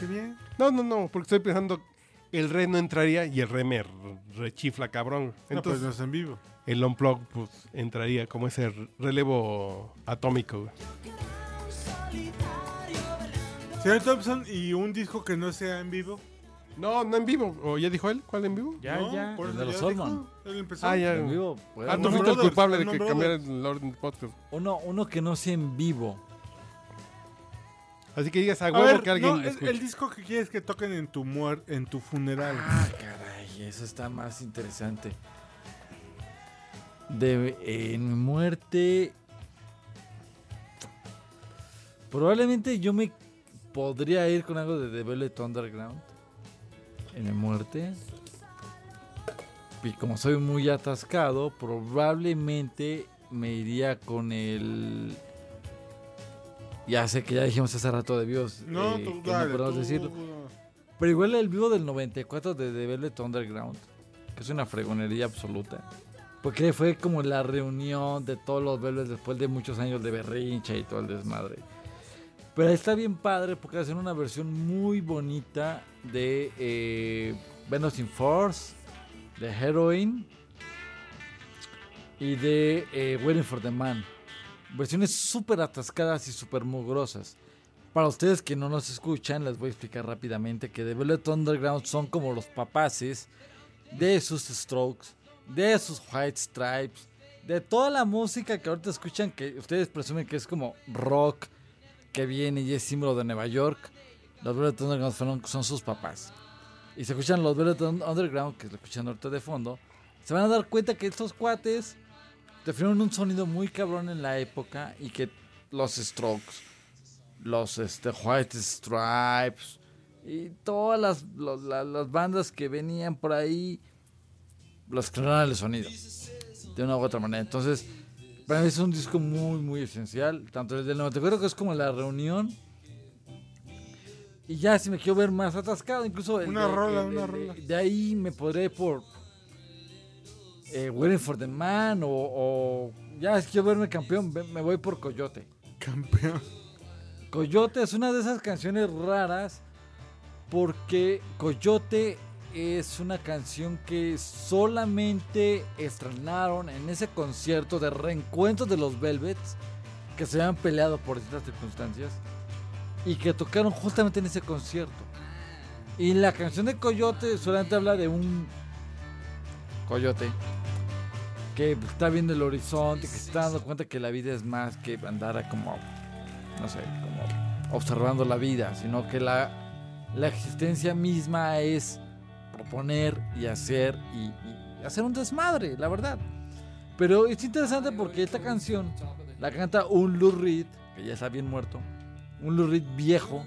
[SPEAKER 2] Qué bien.
[SPEAKER 1] No, no, no, porque estoy pensando el re no entraría y el re me r- rechifla cabrón.
[SPEAKER 2] No, pues
[SPEAKER 1] Entonces
[SPEAKER 2] no es en vivo.
[SPEAKER 1] el unplug pues entraría como ese r- relevo atómico. güey.
[SPEAKER 2] Señor Thompson, ¿y un disco que no sea en vivo?
[SPEAKER 1] No, no en vivo. ¿O ya dijo él? ¿Cuál en vivo?
[SPEAKER 9] Ya,
[SPEAKER 2] No,
[SPEAKER 9] ya.
[SPEAKER 2] por
[SPEAKER 4] El
[SPEAKER 2] eso ya
[SPEAKER 4] de los
[SPEAKER 2] dijo,
[SPEAKER 4] Allman.
[SPEAKER 2] Él empezó.
[SPEAKER 1] Ah, ya.
[SPEAKER 4] En vivo, pues,
[SPEAKER 1] Ah, tú
[SPEAKER 2] Allman
[SPEAKER 1] fuiste el
[SPEAKER 2] Brothers,
[SPEAKER 1] culpable de que
[SPEAKER 2] Allman
[SPEAKER 1] cambiara el orden del podcast.
[SPEAKER 4] uno, uno que no sea en vivo.
[SPEAKER 1] Así que digas a
[SPEAKER 2] A
[SPEAKER 1] huevo
[SPEAKER 2] ver,
[SPEAKER 1] que alguien
[SPEAKER 2] no, el,
[SPEAKER 1] escuche.
[SPEAKER 2] el disco que quieres que toquen en tu muer- en tu funeral.
[SPEAKER 4] Ah, caray, eso está más interesante. De eh, en mi muerte. Probablemente yo me podría ir con algo de The Velvet Underground. En mi muerte. Y como soy muy atascado, probablemente me iría con el. Ya sé que ya dijimos hace rato de Dios.
[SPEAKER 2] no,
[SPEAKER 4] eh,
[SPEAKER 2] tú
[SPEAKER 4] que
[SPEAKER 2] dale,
[SPEAKER 4] podemos
[SPEAKER 2] tú- Pues
[SPEAKER 4] decirlo. Pero igual el vivo del 94 de The Velvet Underground, que es una fregonería absoluta. Porque fue como la reunión de todos los Velvet después de muchos años de berrincha y todo el desmadre. Pero está bien padre porque hacen una versión muy bonita de eh, Venus in Force, de Heroin y de eh, Waiting for the Man. Versiones súper atascadas y súper mugrosas. Para ustedes que no nos escuchan, les voy a explicar rápidamente que The Velvet Underground son como los papaces de sus Strokes, de sus White Stripes, de toda la música que ahorita escuchan que ustedes presumen que es como rock, que viene y es símbolo de Nueva York. Los Velvet Underground fueron- son sus papás. Y se escuchan los Velvet Un- Underground, que lo escuchan ahorita de fondo, se van a dar cuenta que estos cuates definieron un sonido muy cabrón en la época y que los Strokes los este, White Stripes y todas las, los- la- las bandas que venían por ahí, los clonaron el sonido de una u otra manera. Entonces, para mí es un disco muy, muy esencial. Tanto el del 94 que es como la reunión. Y ya, si me quiero ver más atascado, incluso. el
[SPEAKER 2] Una
[SPEAKER 4] de-
[SPEAKER 2] rola,
[SPEAKER 4] el-
[SPEAKER 2] una
[SPEAKER 4] el de-
[SPEAKER 2] rola.
[SPEAKER 4] de ahí me podré ir por. Eh, Waiting for the Man o, o. Ya, si quiero verme campeón, ve- me voy por Coyote.
[SPEAKER 2] Campeón.
[SPEAKER 4] Coyote es una de esas canciones raras porque Coyote es una canción que solamente estrenaron en ese concierto de reencuentro de los Velvets que se habían peleado por distintas circunstancias y que tocaron justamente en ese concierto. Y la canción de Coyote solamente habla de un coyote que está viendo el horizonte, que se está dando cuenta que la vida es más que andar como no sé, como observando la vida, sino que la, la existencia misma es proponer y hacer y, y hacer un desmadre, la verdad. Pero es interesante porque esta canción la canta un Lou Reed, que ya está bien muerto, un Lou Reed viejo,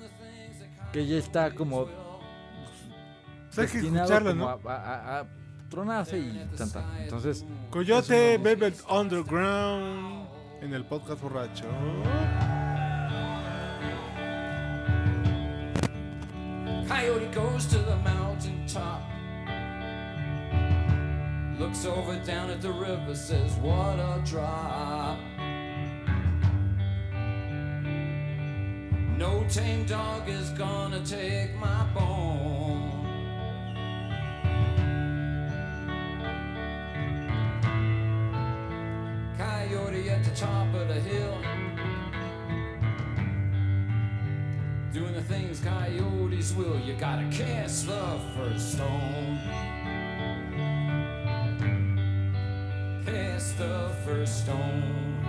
[SPEAKER 4] que ya está como
[SPEAKER 2] Pues hay que
[SPEAKER 4] destinado
[SPEAKER 2] escucharla,
[SPEAKER 4] como
[SPEAKER 2] ¿no?
[SPEAKER 4] a, a- a- a tronarse y tanta. Entonces,
[SPEAKER 2] Coyote Velvet Underground en el podcast borracho.
[SPEAKER 10] Coyote goes to the mountain top. Looks over down at the river, says, What a drop. No tame dog is gonna take my bone. Coyote at the top of the hill
[SPEAKER 4] doing the things coyotes will. You gotta cast the first stone. Cast the first stone.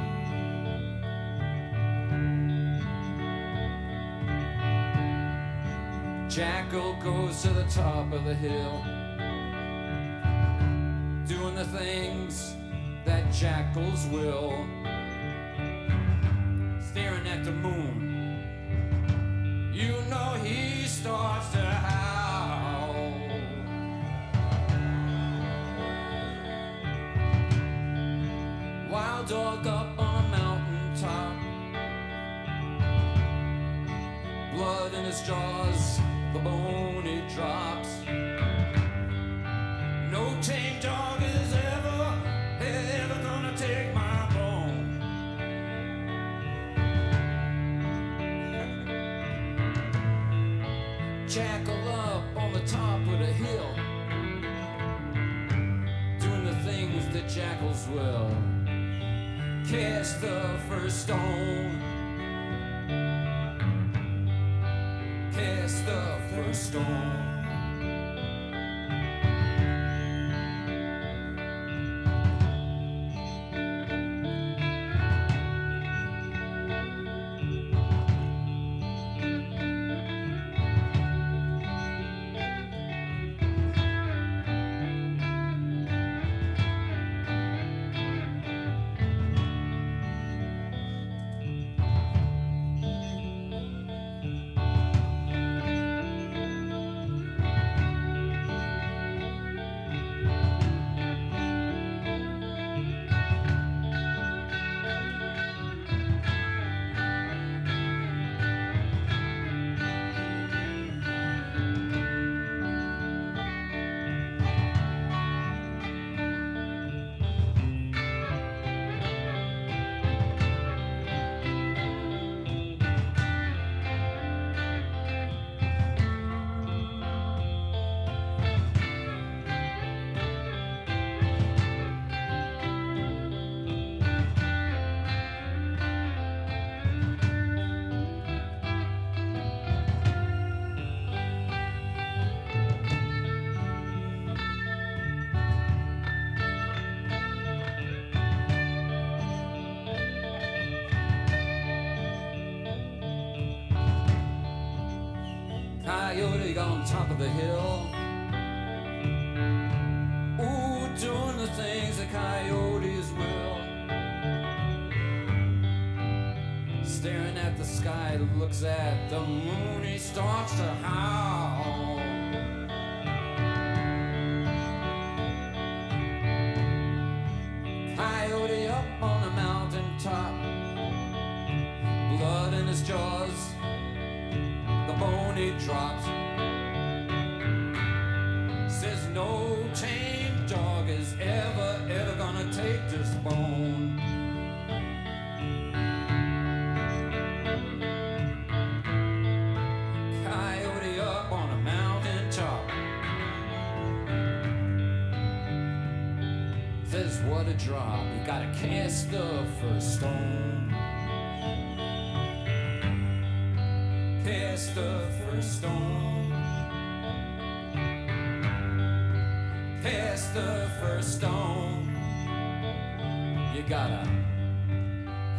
[SPEAKER 4] Jackal goes to the top of the hill, doing the things that jackals will. Staring at the moon, you know he starts to howl. Wild dog up on mountain top, blood in his jaws, the bone it drops. No tame dog is ever, ever gonna take my bone. jackal up on the top of the hill, doing the things that jackals will. Cast the first stone. Cast the first stone. Coyote got on top of the hill. Ooh, doing the things that coyotes will. Staring at the sky that looks at the moon, he starts to howl. Coyote up on the mountain top, blood in his jaws the bone it drops. Says no tame dog is ever, ever gonna take this bone. Coyote up on a mountain top. Says what a drop, you gotta cast the first stone. Cast the first stone. Cast the first stone. You gotta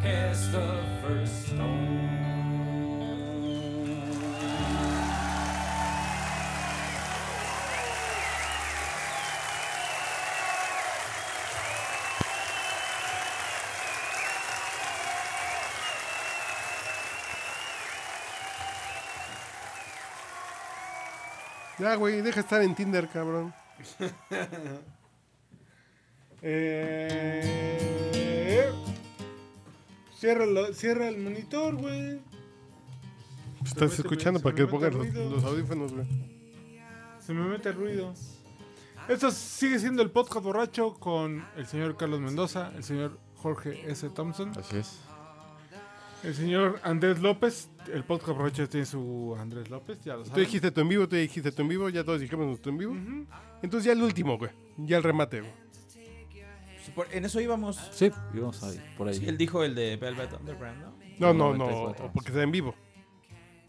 [SPEAKER 4] cast the first stone.
[SPEAKER 1] Ya, güey, deja estar en Tinder, cabrón.
[SPEAKER 2] Eh, Cierra, lo- cierra el monitor, güey.
[SPEAKER 1] Estás
[SPEAKER 2] mete,
[SPEAKER 1] escuchando
[SPEAKER 2] güey,
[SPEAKER 1] para que
[SPEAKER 2] se me mete
[SPEAKER 1] pongas los,
[SPEAKER 2] ruido.
[SPEAKER 1] los audífonos, güey.
[SPEAKER 2] Se me mete el ruido. Esto sigue siendo el podcast borracho con el señor Carlos Mendoza, el señor Jorge S. Thompson,
[SPEAKER 11] Así es.
[SPEAKER 2] el señor Andrés López. El podcast borracho ya tiene su Andrés López, ya lo
[SPEAKER 1] Tú
[SPEAKER 2] saben.
[SPEAKER 1] dijiste tu en vivo, tú dijiste tu en vivo, ya todos dijimos nuestro en vivo. Entonces ya el último, güey. Ya el remate, güey.
[SPEAKER 3] Por- en eso íbamos.
[SPEAKER 12] Sí, íbamos ahí, por ahí.
[SPEAKER 3] Sí, él dijo el de Velvet Underground, ¿no?
[SPEAKER 1] No,
[SPEAKER 12] No,
[SPEAKER 1] no, no,
[SPEAKER 12] 94.
[SPEAKER 1] porque está en vivo.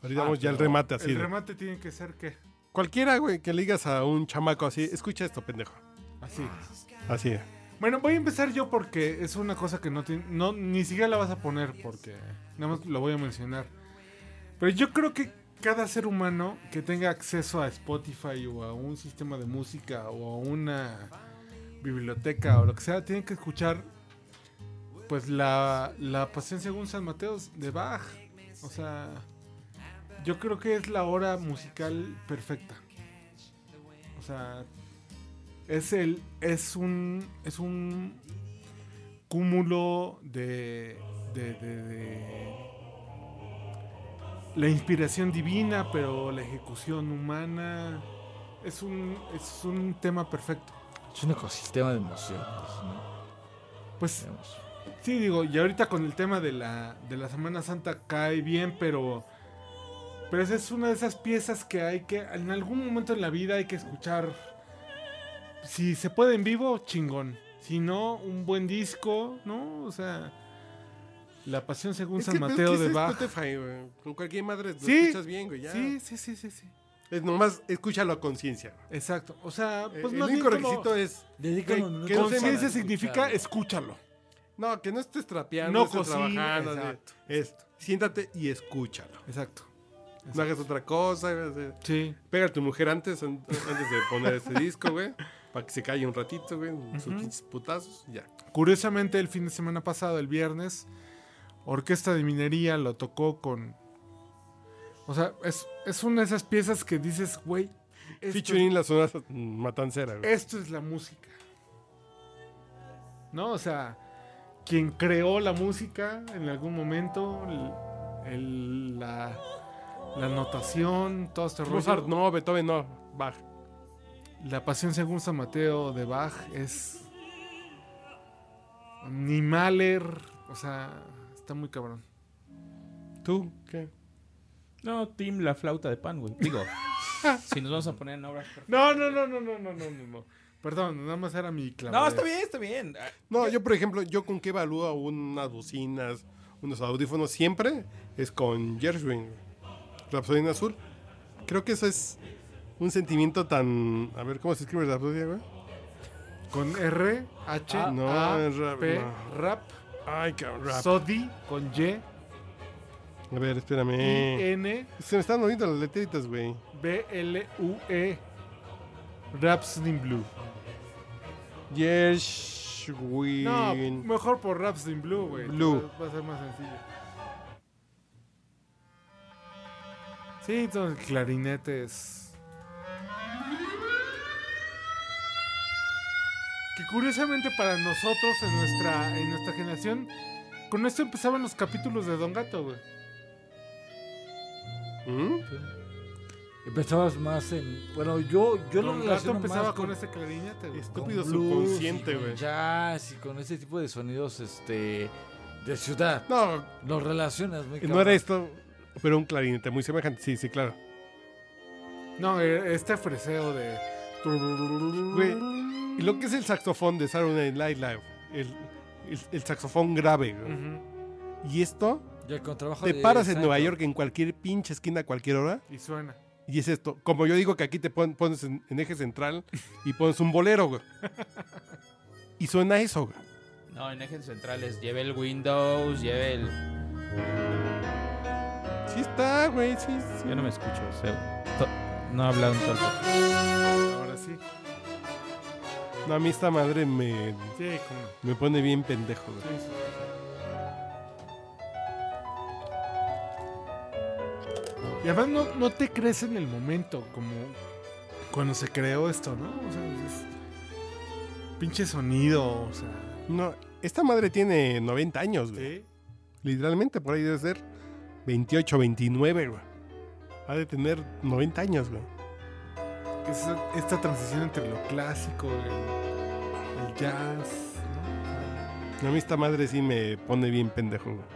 [SPEAKER 1] Ahorita vamos ya el remate así.
[SPEAKER 2] Ah, El
[SPEAKER 1] de-
[SPEAKER 2] remate tiene que ser qué?
[SPEAKER 1] Cualquiera, güey, que le digas a un chamaco así, escucha esto, pendejo.
[SPEAKER 2] Así.
[SPEAKER 1] Así. de,
[SPEAKER 2] Bueno, voy a empezar yo porque es una cosa que no tiene, no ni siquiera la vas a poner porque nada más lo voy a mencionar. Pero yo creo que cada ser humano que tenga acceso a Spotify o a un sistema de música o a una biblioteca o lo que sea, tiene que escuchar pues la, la Pasión según San Mateos de Bach. O sea, yo creo que es la hora musical perfecta. O sea, es el es un es un cúmulo de de, de- de la inspiración divina pero la ejecución humana es un es un tema perfecto
[SPEAKER 4] Es un ecosistema de emociones, ¿no?
[SPEAKER 2] pues
[SPEAKER 4] Digamos.
[SPEAKER 2] sí digo y ahorita con el tema de la de la Semana Santa cae bien pero pero esa es una de esas piezas que hay que en algún momento en la vida hay que escuchar si se puede en vivo, chingón. Si no, un buen disco, ¿no? O sea, La Pasión según
[SPEAKER 1] Es
[SPEAKER 2] San
[SPEAKER 1] que el pedo es
[SPEAKER 2] Mateo
[SPEAKER 1] que
[SPEAKER 2] de
[SPEAKER 1] es
[SPEAKER 2] Bach.
[SPEAKER 1] Spotify, güey. Con cualquier madre lo
[SPEAKER 2] Sí,
[SPEAKER 1] escuchas bien, güey. Ya.
[SPEAKER 2] Sí, sí, sí, sí, sí.
[SPEAKER 1] Es nomás escúchalo a conciencia.
[SPEAKER 2] Exacto. O sea,
[SPEAKER 1] Eh,
[SPEAKER 2] pues
[SPEAKER 1] el
[SPEAKER 2] más bien
[SPEAKER 1] único
[SPEAKER 2] como-
[SPEAKER 1] requisito es.
[SPEAKER 4] Dedícale
[SPEAKER 1] Que-
[SPEAKER 4] un minuto
[SPEAKER 1] que no
[SPEAKER 4] para
[SPEAKER 1] se me dice
[SPEAKER 2] Conciencia significa
[SPEAKER 4] escucharlo.
[SPEAKER 2] escúchalo.
[SPEAKER 1] No, que no estés trapeando,
[SPEAKER 2] No
[SPEAKER 1] no estés
[SPEAKER 2] cocines,
[SPEAKER 1] trabajando. de-
[SPEAKER 2] exacto,
[SPEAKER 1] es, siéntate y escúchalo.
[SPEAKER 2] Exacto.
[SPEAKER 1] No hagas otra cosa. güey, de-
[SPEAKER 2] Sí.
[SPEAKER 1] Pega a tu mujer antes, an- antes de poner este disco, güey. Para que se calle un ratito, güey. Sus pinches putazos, ya.
[SPEAKER 2] Curiosamente, el fin de semana pasado, el viernes, Orquesta de Minería lo tocó con. O sea, es, es una de esas piezas que dices, güey, esto es
[SPEAKER 1] Featuring la zona matancera, güey.
[SPEAKER 2] esto es la música. ¿No? O sea, quien creó la música en algún momento, el- el- la, la notación, todo este
[SPEAKER 1] Mozart,
[SPEAKER 2] rollo.
[SPEAKER 1] no, Beethoven, no. Bach.
[SPEAKER 2] La pasión según San Mateo de Bach es. Ni Mahler. O sea, está muy cabrón.
[SPEAKER 1] ¿Tú qué?
[SPEAKER 6] No, Tim, la flauta de pan, güey. Digo, si nos vamos a poner en obras.
[SPEAKER 2] No, no, no, no, no, no, no, no. no. Perdón, nada más era mi clave.
[SPEAKER 3] No, está bien, está bien. Ah,
[SPEAKER 1] No, yo, por ejemplo, yo con qué evalúo unas bocinas, unos audífonos siempre es con Gershwin, Rhapsody en Azul. Creo que eso es un sentimiento tan. A ver, ¿cómo se escribe Rhapsody, güey?
[SPEAKER 2] Con R, H,
[SPEAKER 1] Ah, no,
[SPEAKER 2] A,
[SPEAKER 1] es rap,
[SPEAKER 2] P,
[SPEAKER 1] no.
[SPEAKER 2] rap,
[SPEAKER 1] Ay, cabrón. rap.
[SPEAKER 2] Sodi, con Y,
[SPEAKER 1] A ver, espérame.
[SPEAKER 2] I-N.
[SPEAKER 1] Se me están oyendo las letritas, güey.
[SPEAKER 2] B-L-U-E Rhapsody E. in Blue.
[SPEAKER 1] Gershwin.
[SPEAKER 2] No, mejor por Rhapsody in Blue, güey.
[SPEAKER 1] Blue.
[SPEAKER 2] Va a ser más sencillo. Sí, entonces clarinetes. Que curiosamente para nosotros en nuestra, en nuestra generación, con esto empezaban los capítulos de Don Gato, güey.
[SPEAKER 1] ¿Mm?
[SPEAKER 4] Empezabas más en. Bueno, yo, yo lo
[SPEAKER 2] Don Gato
[SPEAKER 4] relaciono
[SPEAKER 2] empezaba
[SPEAKER 4] más
[SPEAKER 2] con, este clarinete, güey.
[SPEAKER 1] Esto- estúpido
[SPEAKER 4] con blues
[SPEAKER 1] subconsciente,
[SPEAKER 4] y con
[SPEAKER 1] güey.
[SPEAKER 4] Jazz y con ese tipo de sonidos este, de ciudad.
[SPEAKER 1] No,
[SPEAKER 4] Lo relacionas muy
[SPEAKER 1] no era
[SPEAKER 4] cabrón.
[SPEAKER 1] esto, pero un clarinete muy semejante. Sí, sí, claro.
[SPEAKER 2] No, eh, este freseo de...
[SPEAKER 1] Güey, y lo que es el saxofón de Saturday Night Live, el, el, el saxofón grave, güey.
[SPEAKER 2] Ujú.
[SPEAKER 1] Y esto,
[SPEAKER 4] Y el contrabajo
[SPEAKER 1] te
[SPEAKER 4] de
[SPEAKER 1] paras en
[SPEAKER 4] Sancho.
[SPEAKER 1] Nueva York en cualquier pinche esquina, a cualquier hora,
[SPEAKER 2] Y suena.
[SPEAKER 1] y es esto. Como yo digo que aquí te pon- pones en, en eje central y pones un bolero, güey. Y suena eso, güey.
[SPEAKER 6] No, en ejes centrales. Lleve el Windows, lleve el.
[SPEAKER 1] Sí está, güey, sí. sí.
[SPEAKER 6] Yo no me escucho, o sea, to- No ha hablado un solo.
[SPEAKER 2] Ahora sí.
[SPEAKER 1] No, a mí esta madre me,
[SPEAKER 2] Sí, como.
[SPEAKER 1] me pone bien pendejo, güey.
[SPEAKER 2] Y además no, no te crees en el momento, como cuando se creó esto, ¿no? O sea, es pinche sonido, o sea.
[SPEAKER 1] No, esta madre tiene 90 años, güey. Literalmente, por ahí debe ser 28, 29, güey. Ha de tener 90 años, güey.
[SPEAKER 2] Que es esta transición entre lo clásico, el, el jazz, ¿no?
[SPEAKER 1] A mí esta madre sí me pone bien pendejo. güey.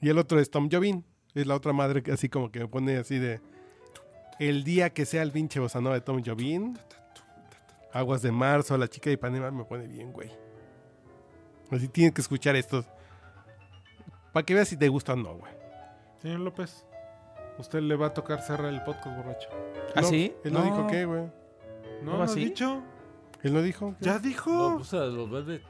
[SPEAKER 1] Y el otro es Tom Jobin. Es la otra madre que así como que me pone así de... El día que sea el pinche bossa nova de Tom Jobin. Aguas de marzo, la chica de Ipanema me pone bien, güey. Así tienes que escuchar estos. Para que veas si te gusta o no, güey.
[SPEAKER 2] Señor López, usted le va a tocar cerrar el podcast borracho.
[SPEAKER 3] ¿Ah,
[SPEAKER 1] No,
[SPEAKER 3] sí?
[SPEAKER 1] Él no,
[SPEAKER 2] No.
[SPEAKER 1] dijo qué, güey.
[SPEAKER 2] ¿No
[SPEAKER 3] ¿Algo
[SPEAKER 2] lo has
[SPEAKER 3] así?
[SPEAKER 2] dicho?
[SPEAKER 1] Él no dijo. qué.
[SPEAKER 2] ¿Ya
[SPEAKER 4] No,
[SPEAKER 2] dijo?
[SPEAKER 4] pues, a los Velvet.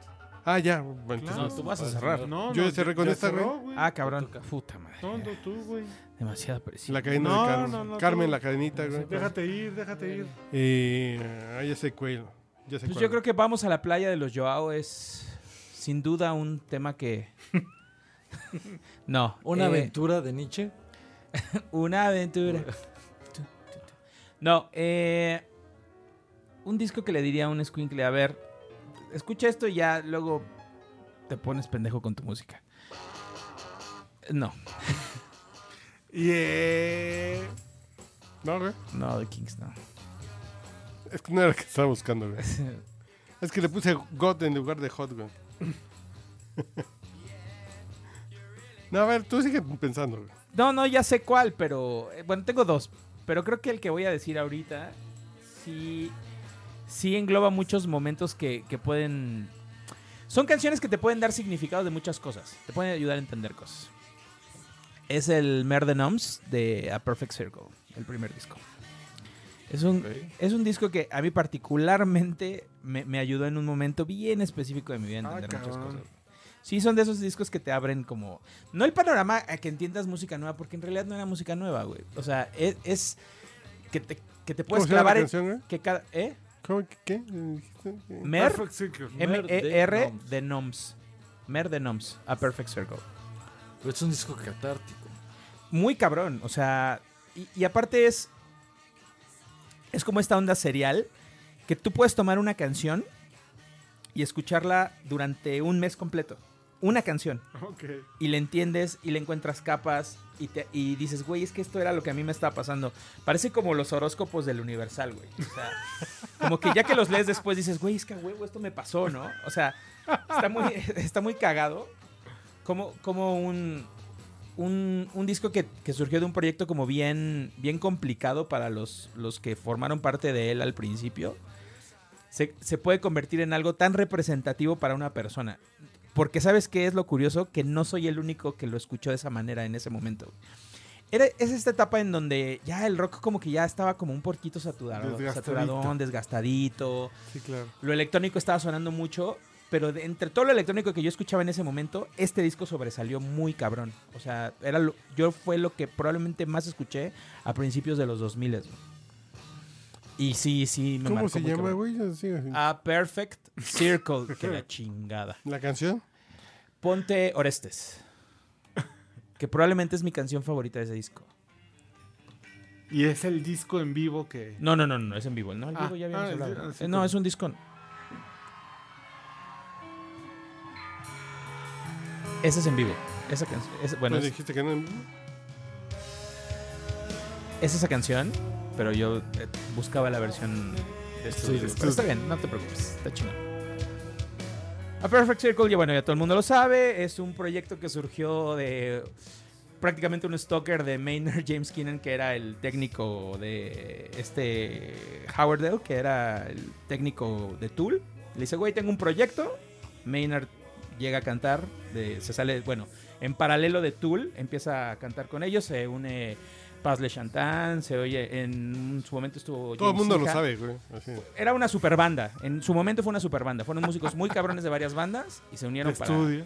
[SPEAKER 1] Ah, ya. bueno, entonces-
[SPEAKER 2] Claro.
[SPEAKER 4] No, tú vas a cerrar.
[SPEAKER 2] No,
[SPEAKER 1] Yo
[SPEAKER 2] no,
[SPEAKER 1] cerré
[SPEAKER 2] ya-
[SPEAKER 1] con
[SPEAKER 2] ya
[SPEAKER 1] esta, güey.
[SPEAKER 2] cerró, güey.
[SPEAKER 3] Ah, cabrón.
[SPEAKER 4] toca.
[SPEAKER 3] Puta madre.
[SPEAKER 2] No, no, tú, güey.
[SPEAKER 3] Demasiada presión.
[SPEAKER 1] La cadena
[SPEAKER 2] No,
[SPEAKER 1] de Carmen.
[SPEAKER 2] no, no,
[SPEAKER 1] Carmen,
[SPEAKER 2] tú-
[SPEAKER 1] la cadenita, güey.
[SPEAKER 2] Déjate ir, déjate ir.
[SPEAKER 1] Eh, ah, ya sé cuál. Ya sé
[SPEAKER 3] Pues
[SPEAKER 1] cuál.
[SPEAKER 3] yo creo que vamos a la playa de los Joao es sin duda un tema que... no.
[SPEAKER 4] Una
[SPEAKER 3] eh,
[SPEAKER 4] aventura de Nietzsche.
[SPEAKER 3] Una aventura. Tu, tu, tu. No, eh, un disco que le diría a un squinkle, a ver, escucha esto y ya luego te pones pendejo con tu música. No, Eh,
[SPEAKER 2] Yeah.
[SPEAKER 1] No, güey.
[SPEAKER 3] no, The Kings, no.
[SPEAKER 1] Es que no era lo que estaba buscando, güey. Es que le puse God en lugar de Hot, güey. No, a ver, tú sigue pensando, güey.
[SPEAKER 3] No, no, ya sé cuál, pero. eh, Bueno, tengo dos. Pero creo que el que voy a decir ahorita sí. Sí engloba muchos momentos que, que pueden. Son canciones que te pueden dar significado de muchas cosas. Te pueden ayudar a entender cosas. Es el Mer de Noms de A Perfect Circle, el primer disco. Es un, es un disco que a mí particularmente me, me ayudó en un momento bien específico de mi vida a entender muchas
[SPEAKER 2] cabrón.
[SPEAKER 3] cosas. Sí, son de esos discos que te abren como... No el panorama a que entiendas música nueva, porque en realidad no era música nueva, güey. O sea, es, es que, te, que te puedes
[SPEAKER 1] ¿Cómo se llama la
[SPEAKER 3] clavar en...
[SPEAKER 1] canción, güey?
[SPEAKER 3] Que cada, ¿Eh?
[SPEAKER 1] ¿Cómo que qué? ¿Dijiste? ¿Qué?
[SPEAKER 3] Mer, E.
[SPEAKER 2] Perfect Circle.
[SPEAKER 4] Mer de
[SPEAKER 3] M-E-R
[SPEAKER 4] Noms.
[SPEAKER 3] de Noms. Mer de Noms, A Perfect Circle.
[SPEAKER 4] Pero es un disco catártico.
[SPEAKER 3] muy cabrón. O sea, y, y aparte es. Es como esta onda serial que tú puedes tomar una canción y escucharla durante un mes completo. Una canción.
[SPEAKER 2] Ok.
[SPEAKER 3] Y le entiendes y le encuentras capas y, te- y dices, güey, es que esto era lo que a mí me estaba pasando. Parece como los horóscopos del Universal, güey. O sea, como que ya que los lees después dices, güey, es que a huevo esto me pasó, ¿no? O sea, está muy, está muy cagado. Como, como un, un, un disco que, que surgió de un proyecto como bien, bien complicado para los, los que formaron parte de él al principio, se, se puede convertir en algo tan representativo para una persona. Porque sabes qué es lo curioso, que no soy el único que lo escuchó de esa manera en ese momento. Era- es esta etapa en donde ya el rock como que ya estaba como un porquito saturado,
[SPEAKER 2] Desgastadito.
[SPEAKER 3] saturadón, desgastadito
[SPEAKER 2] Sí, claro.
[SPEAKER 3] lo electrónico estaba sonando mucho, pero de entre todo lo electrónico que yo escuchaba en ese momento, este disco sobresalió muy cabrón. O sea, era lo- yo fue lo que probablemente más escuché a principios de los 2000. güey. Y sí, sí, me
[SPEAKER 1] ¿Cómo
[SPEAKER 3] marcó Ah.
[SPEAKER 1] se
[SPEAKER 3] muy
[SPEAKER 1] llama,
[SPEAKER 3] cabrón.
[SPEAKER 1] güey? Yo sigo así.
[SPEAKER 3] A Perfect Circle, que la chingada.
[SPEAKER 1] ¿La canción?
[SPEAKER 3] Ponte Orestes, que probablemente es mi canción favorita de ese disco.
[SPEAKER 2] Y es el disco en vivo que.
[SPEAKER 3] No, no, no, no, es en vivo. No, el
[SPEAKER 2] Ah,
[SPEAKER 3] vivo ya habíamos
[SPEAKER 2] ah, el
[SPEAKER 3] hablado.
[SPEAKER 2] di- ah, sí,
[SPEAKER 3] Eh, no,
[SPEAKER 2] perdón.
[SPEAKER 3] es un disco. Ese es en vivo. Esa canción. ese- Bueno,
[SPEAKER 1] Pues
[SPEAKER 3] es,
[SPEAKER 1] dijiste que no.
[SPEAKER 3] es esa canción, pero yo eh, buscaba la versión de estudio. Pero está bien, no te preocupes, está chingón. A Perfect Circle, ya bueno, ya todo el mundo lo sabe, es un proyecto que surgió de prácticamente un stalker de Maynard James Keenan, que era el técnico de este Howardell, que era el técnico de Tool. Le dice, güey, tengo un proyecto. Maynard llega a cantar, de- se sale, bueno, en paralelo de Tool, empieza a cantar con ellos, se une Paz Le Chantan, se oye, en su momento estuvo...
[SPEAKER 1] Todo el
[SPEAKER 3] James
[SPEAKER 1] mundo lo
[SPEAKER 3] Iha
[SPEAKER 1] sabe, güey. Así.
[SPEAKER 3] era una super banda. En su momento fue una super banda. Fueron músicos muy cabrones de varias bandas y se unieron para,
[SPEAKER 2] Estudio.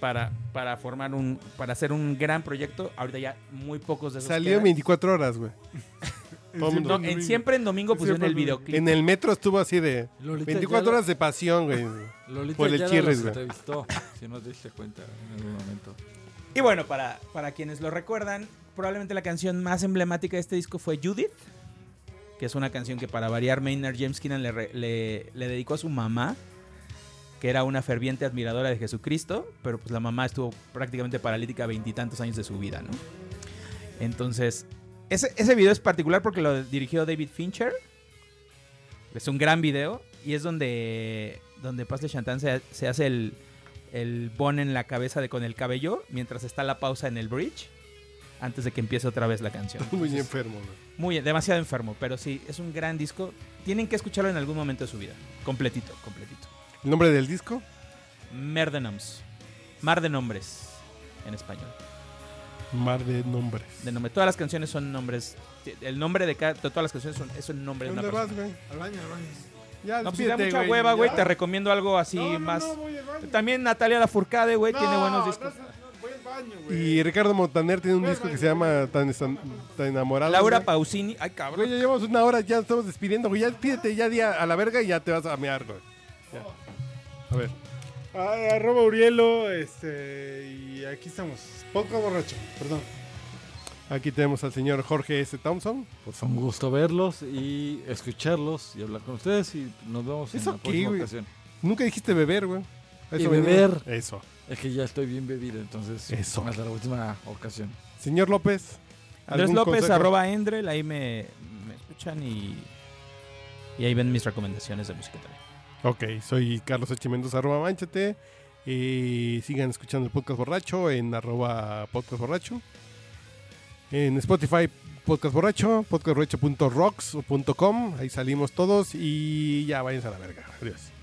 [SPEAKER 3] para, para formar un. para hacer un gran proyecto. Ahorita ya muy pocos de esos.
[SPEAKER 1] Salió en
[SPEAKER 3] quedan.
[SPEAKER 1] 24 horas, güey. Todo el
[SPEAKER 2] Siempre
[SPEAKER 1] mundo.
[SPEAKER 2] en
[SPEAKER 3] No, en
[SPEAKER 2] domingo.
[SPEAKER 3] siempre en domingo pusieron
[SPEAKER 2] Siempre
[SPEAKER 3] el
[SPEAKER 2] en domingo.
[SPEAKER 3] videoclip.
[SPEAKER 1] En el metro estuvo así de
[SPEAKER 4] Lolita
[SPEAKER 1] 24
[SPEAKER 4] Ayala-
[SPEAKER 1] horas de pasión, güey.
[SPEAKER 4] Lolita
[SPEAKER 1] por el
[SPEAKER 4] Ayala
[SPEAKER 1] Chirris,
[SPEAKER 4] los
[SPEAKER 1] güey.
[SPEAKER 4] entrevistó, si no te diste cuenta en algún momento.
[SPEAKER 3] Y bueno, para, para quienes lo recuerdan, probablemente la canción más emblemática de este disco fue Judith, que es una canción que para variar Maynard James Keenan le, re- le- le dedicó a su mamá, que era una ferviente admiradora de Jesucristo, pero pues la mamá estuvo prácticamente paralítica veintitantos años de su vida, ¿no? Entonces, ese, ese video es particular porque lo dirigió David Fincher. Es un gran video y es donde, donde Paz de Chantan se, se hace el, el bon en la cabeza de con el cabello mientras está la pausa en el bridge antes de que empiece otra vez la canción.
[SPEAKER 1] Muy
[SPEAKER 3] Entonces,
[SPEAKER 1] enfermo, güey.
[SPEAKER 3] muy demasiado enfermo, pero sí, es un gran disco. Tienen que escucharlo en algún momento de su vida. Completito, completito.
[SPEAKER 1] ¿El nombre del disco?
[SPEAKER 3] Mer de Noms. Mar de Nombres en español.
[SPEAKER 1] Mar de nombres.
[SPEAKER 3] De nombre. Todas las canciones son nombres. El nombre de cada. Todas las canciones son, es el nombre de una
[SPEAKER 1] ¿Dónde
[SPEAKER 3] persona.
[SPEAKER 1] vas, güey?
[SPEAKER 13] Al baño, al baño.
[SPEAKER 1] Ya,
[SPEAKER 3] No, pues si da
[SPEAKER 1] despídete,
[SPEAKER 3] mucha hueva, güey.
[SPEAKER 1] Ya.
[SPEAKER 3] Te recomiendo algo así
[SPEAKER 13] No, no,
[SPEAKER 3] más.
[SPEAKER 13] no, voy al baño.
[SPEAKER 3] También Natalia Lafourcade, güey, tiene
[SPEAKER 13] No,
[SPEAKER 3] buenos discos.
[SPEAKER 13] no, no, voy al baño, güey.
[SPEAKER 1] Y Ricardo Montaner tiene un
[SPEAKER 13] Güey,
[SPEAKER 1] disco que
[SPEAKER 13] güey.
[SPEAKER 1] se llama Tan, Estan- Tan Enamorado.
[SPEAKER 3] Laura
[SPEAKER 1] güey.
[SPEAKER 3] Pausini. Ay,
[SPEAKER 1] Güey,
[SPEAKER 3] cabrón.
[SPEAKER 1] ya llevamos una hora, ya estamos despidiendo, güey. Ya despídete, ya di a, a la verga y ya te vas a mear, güey. Ya. A ver.
[SPEAKER 13] Ah, arroba Urielo, este. Y aquí estamos. Podcast borracho, perdón.
[SPEAKER 1] Aquí tenemos al señor Jorge S. Thompson.
[SPEAKER 2] Pues fue un gusto verlos y escucharlos y hablar con ustedes y nos vemos en
[SPEAKER 1] Eso
[SPEAKER 2] la
[SPEAKER 1] qué,
[SPEAKER 2] próxima
[SPEAKER 1] güey.
[SPEAKER 2] ocasión.
[SPEAKER 1] Nunca dijiste beber, güey. A
[SPEAKER 2] Y
[SPEAKER 1] venimos.
[SPEAKER 2] beber.
[SPEAKER 1] Eso.
[SPEAKER 2] Es que ya estoy bien bebido, entonces
[SPEAKER 1] Eso.
[SPEAKER 2] hasta la última ocasión.
[SPEAKER 1] Señor López.
[SPEAKER 3] Andrés
[SPEAKER 1] ¿algún
[SPEAKER 3] López,
[SPEAKER 1] consejo?
[SPEAKER 3] arroba Endrel. Ahí me, me escuchan y. Y ahí ven mis recomendaciones de música también.
[SPEAKER 1] Ok, soy Carlos H. Mendoza, arroba manchete. Y sigan escuchando el podcast borracho en arroba podcast borracho. En Spotify, podcast borracho, podcastborracho.rocks o punto .com. Ahí salimos todos y ya váyanse a la verga. Adiós.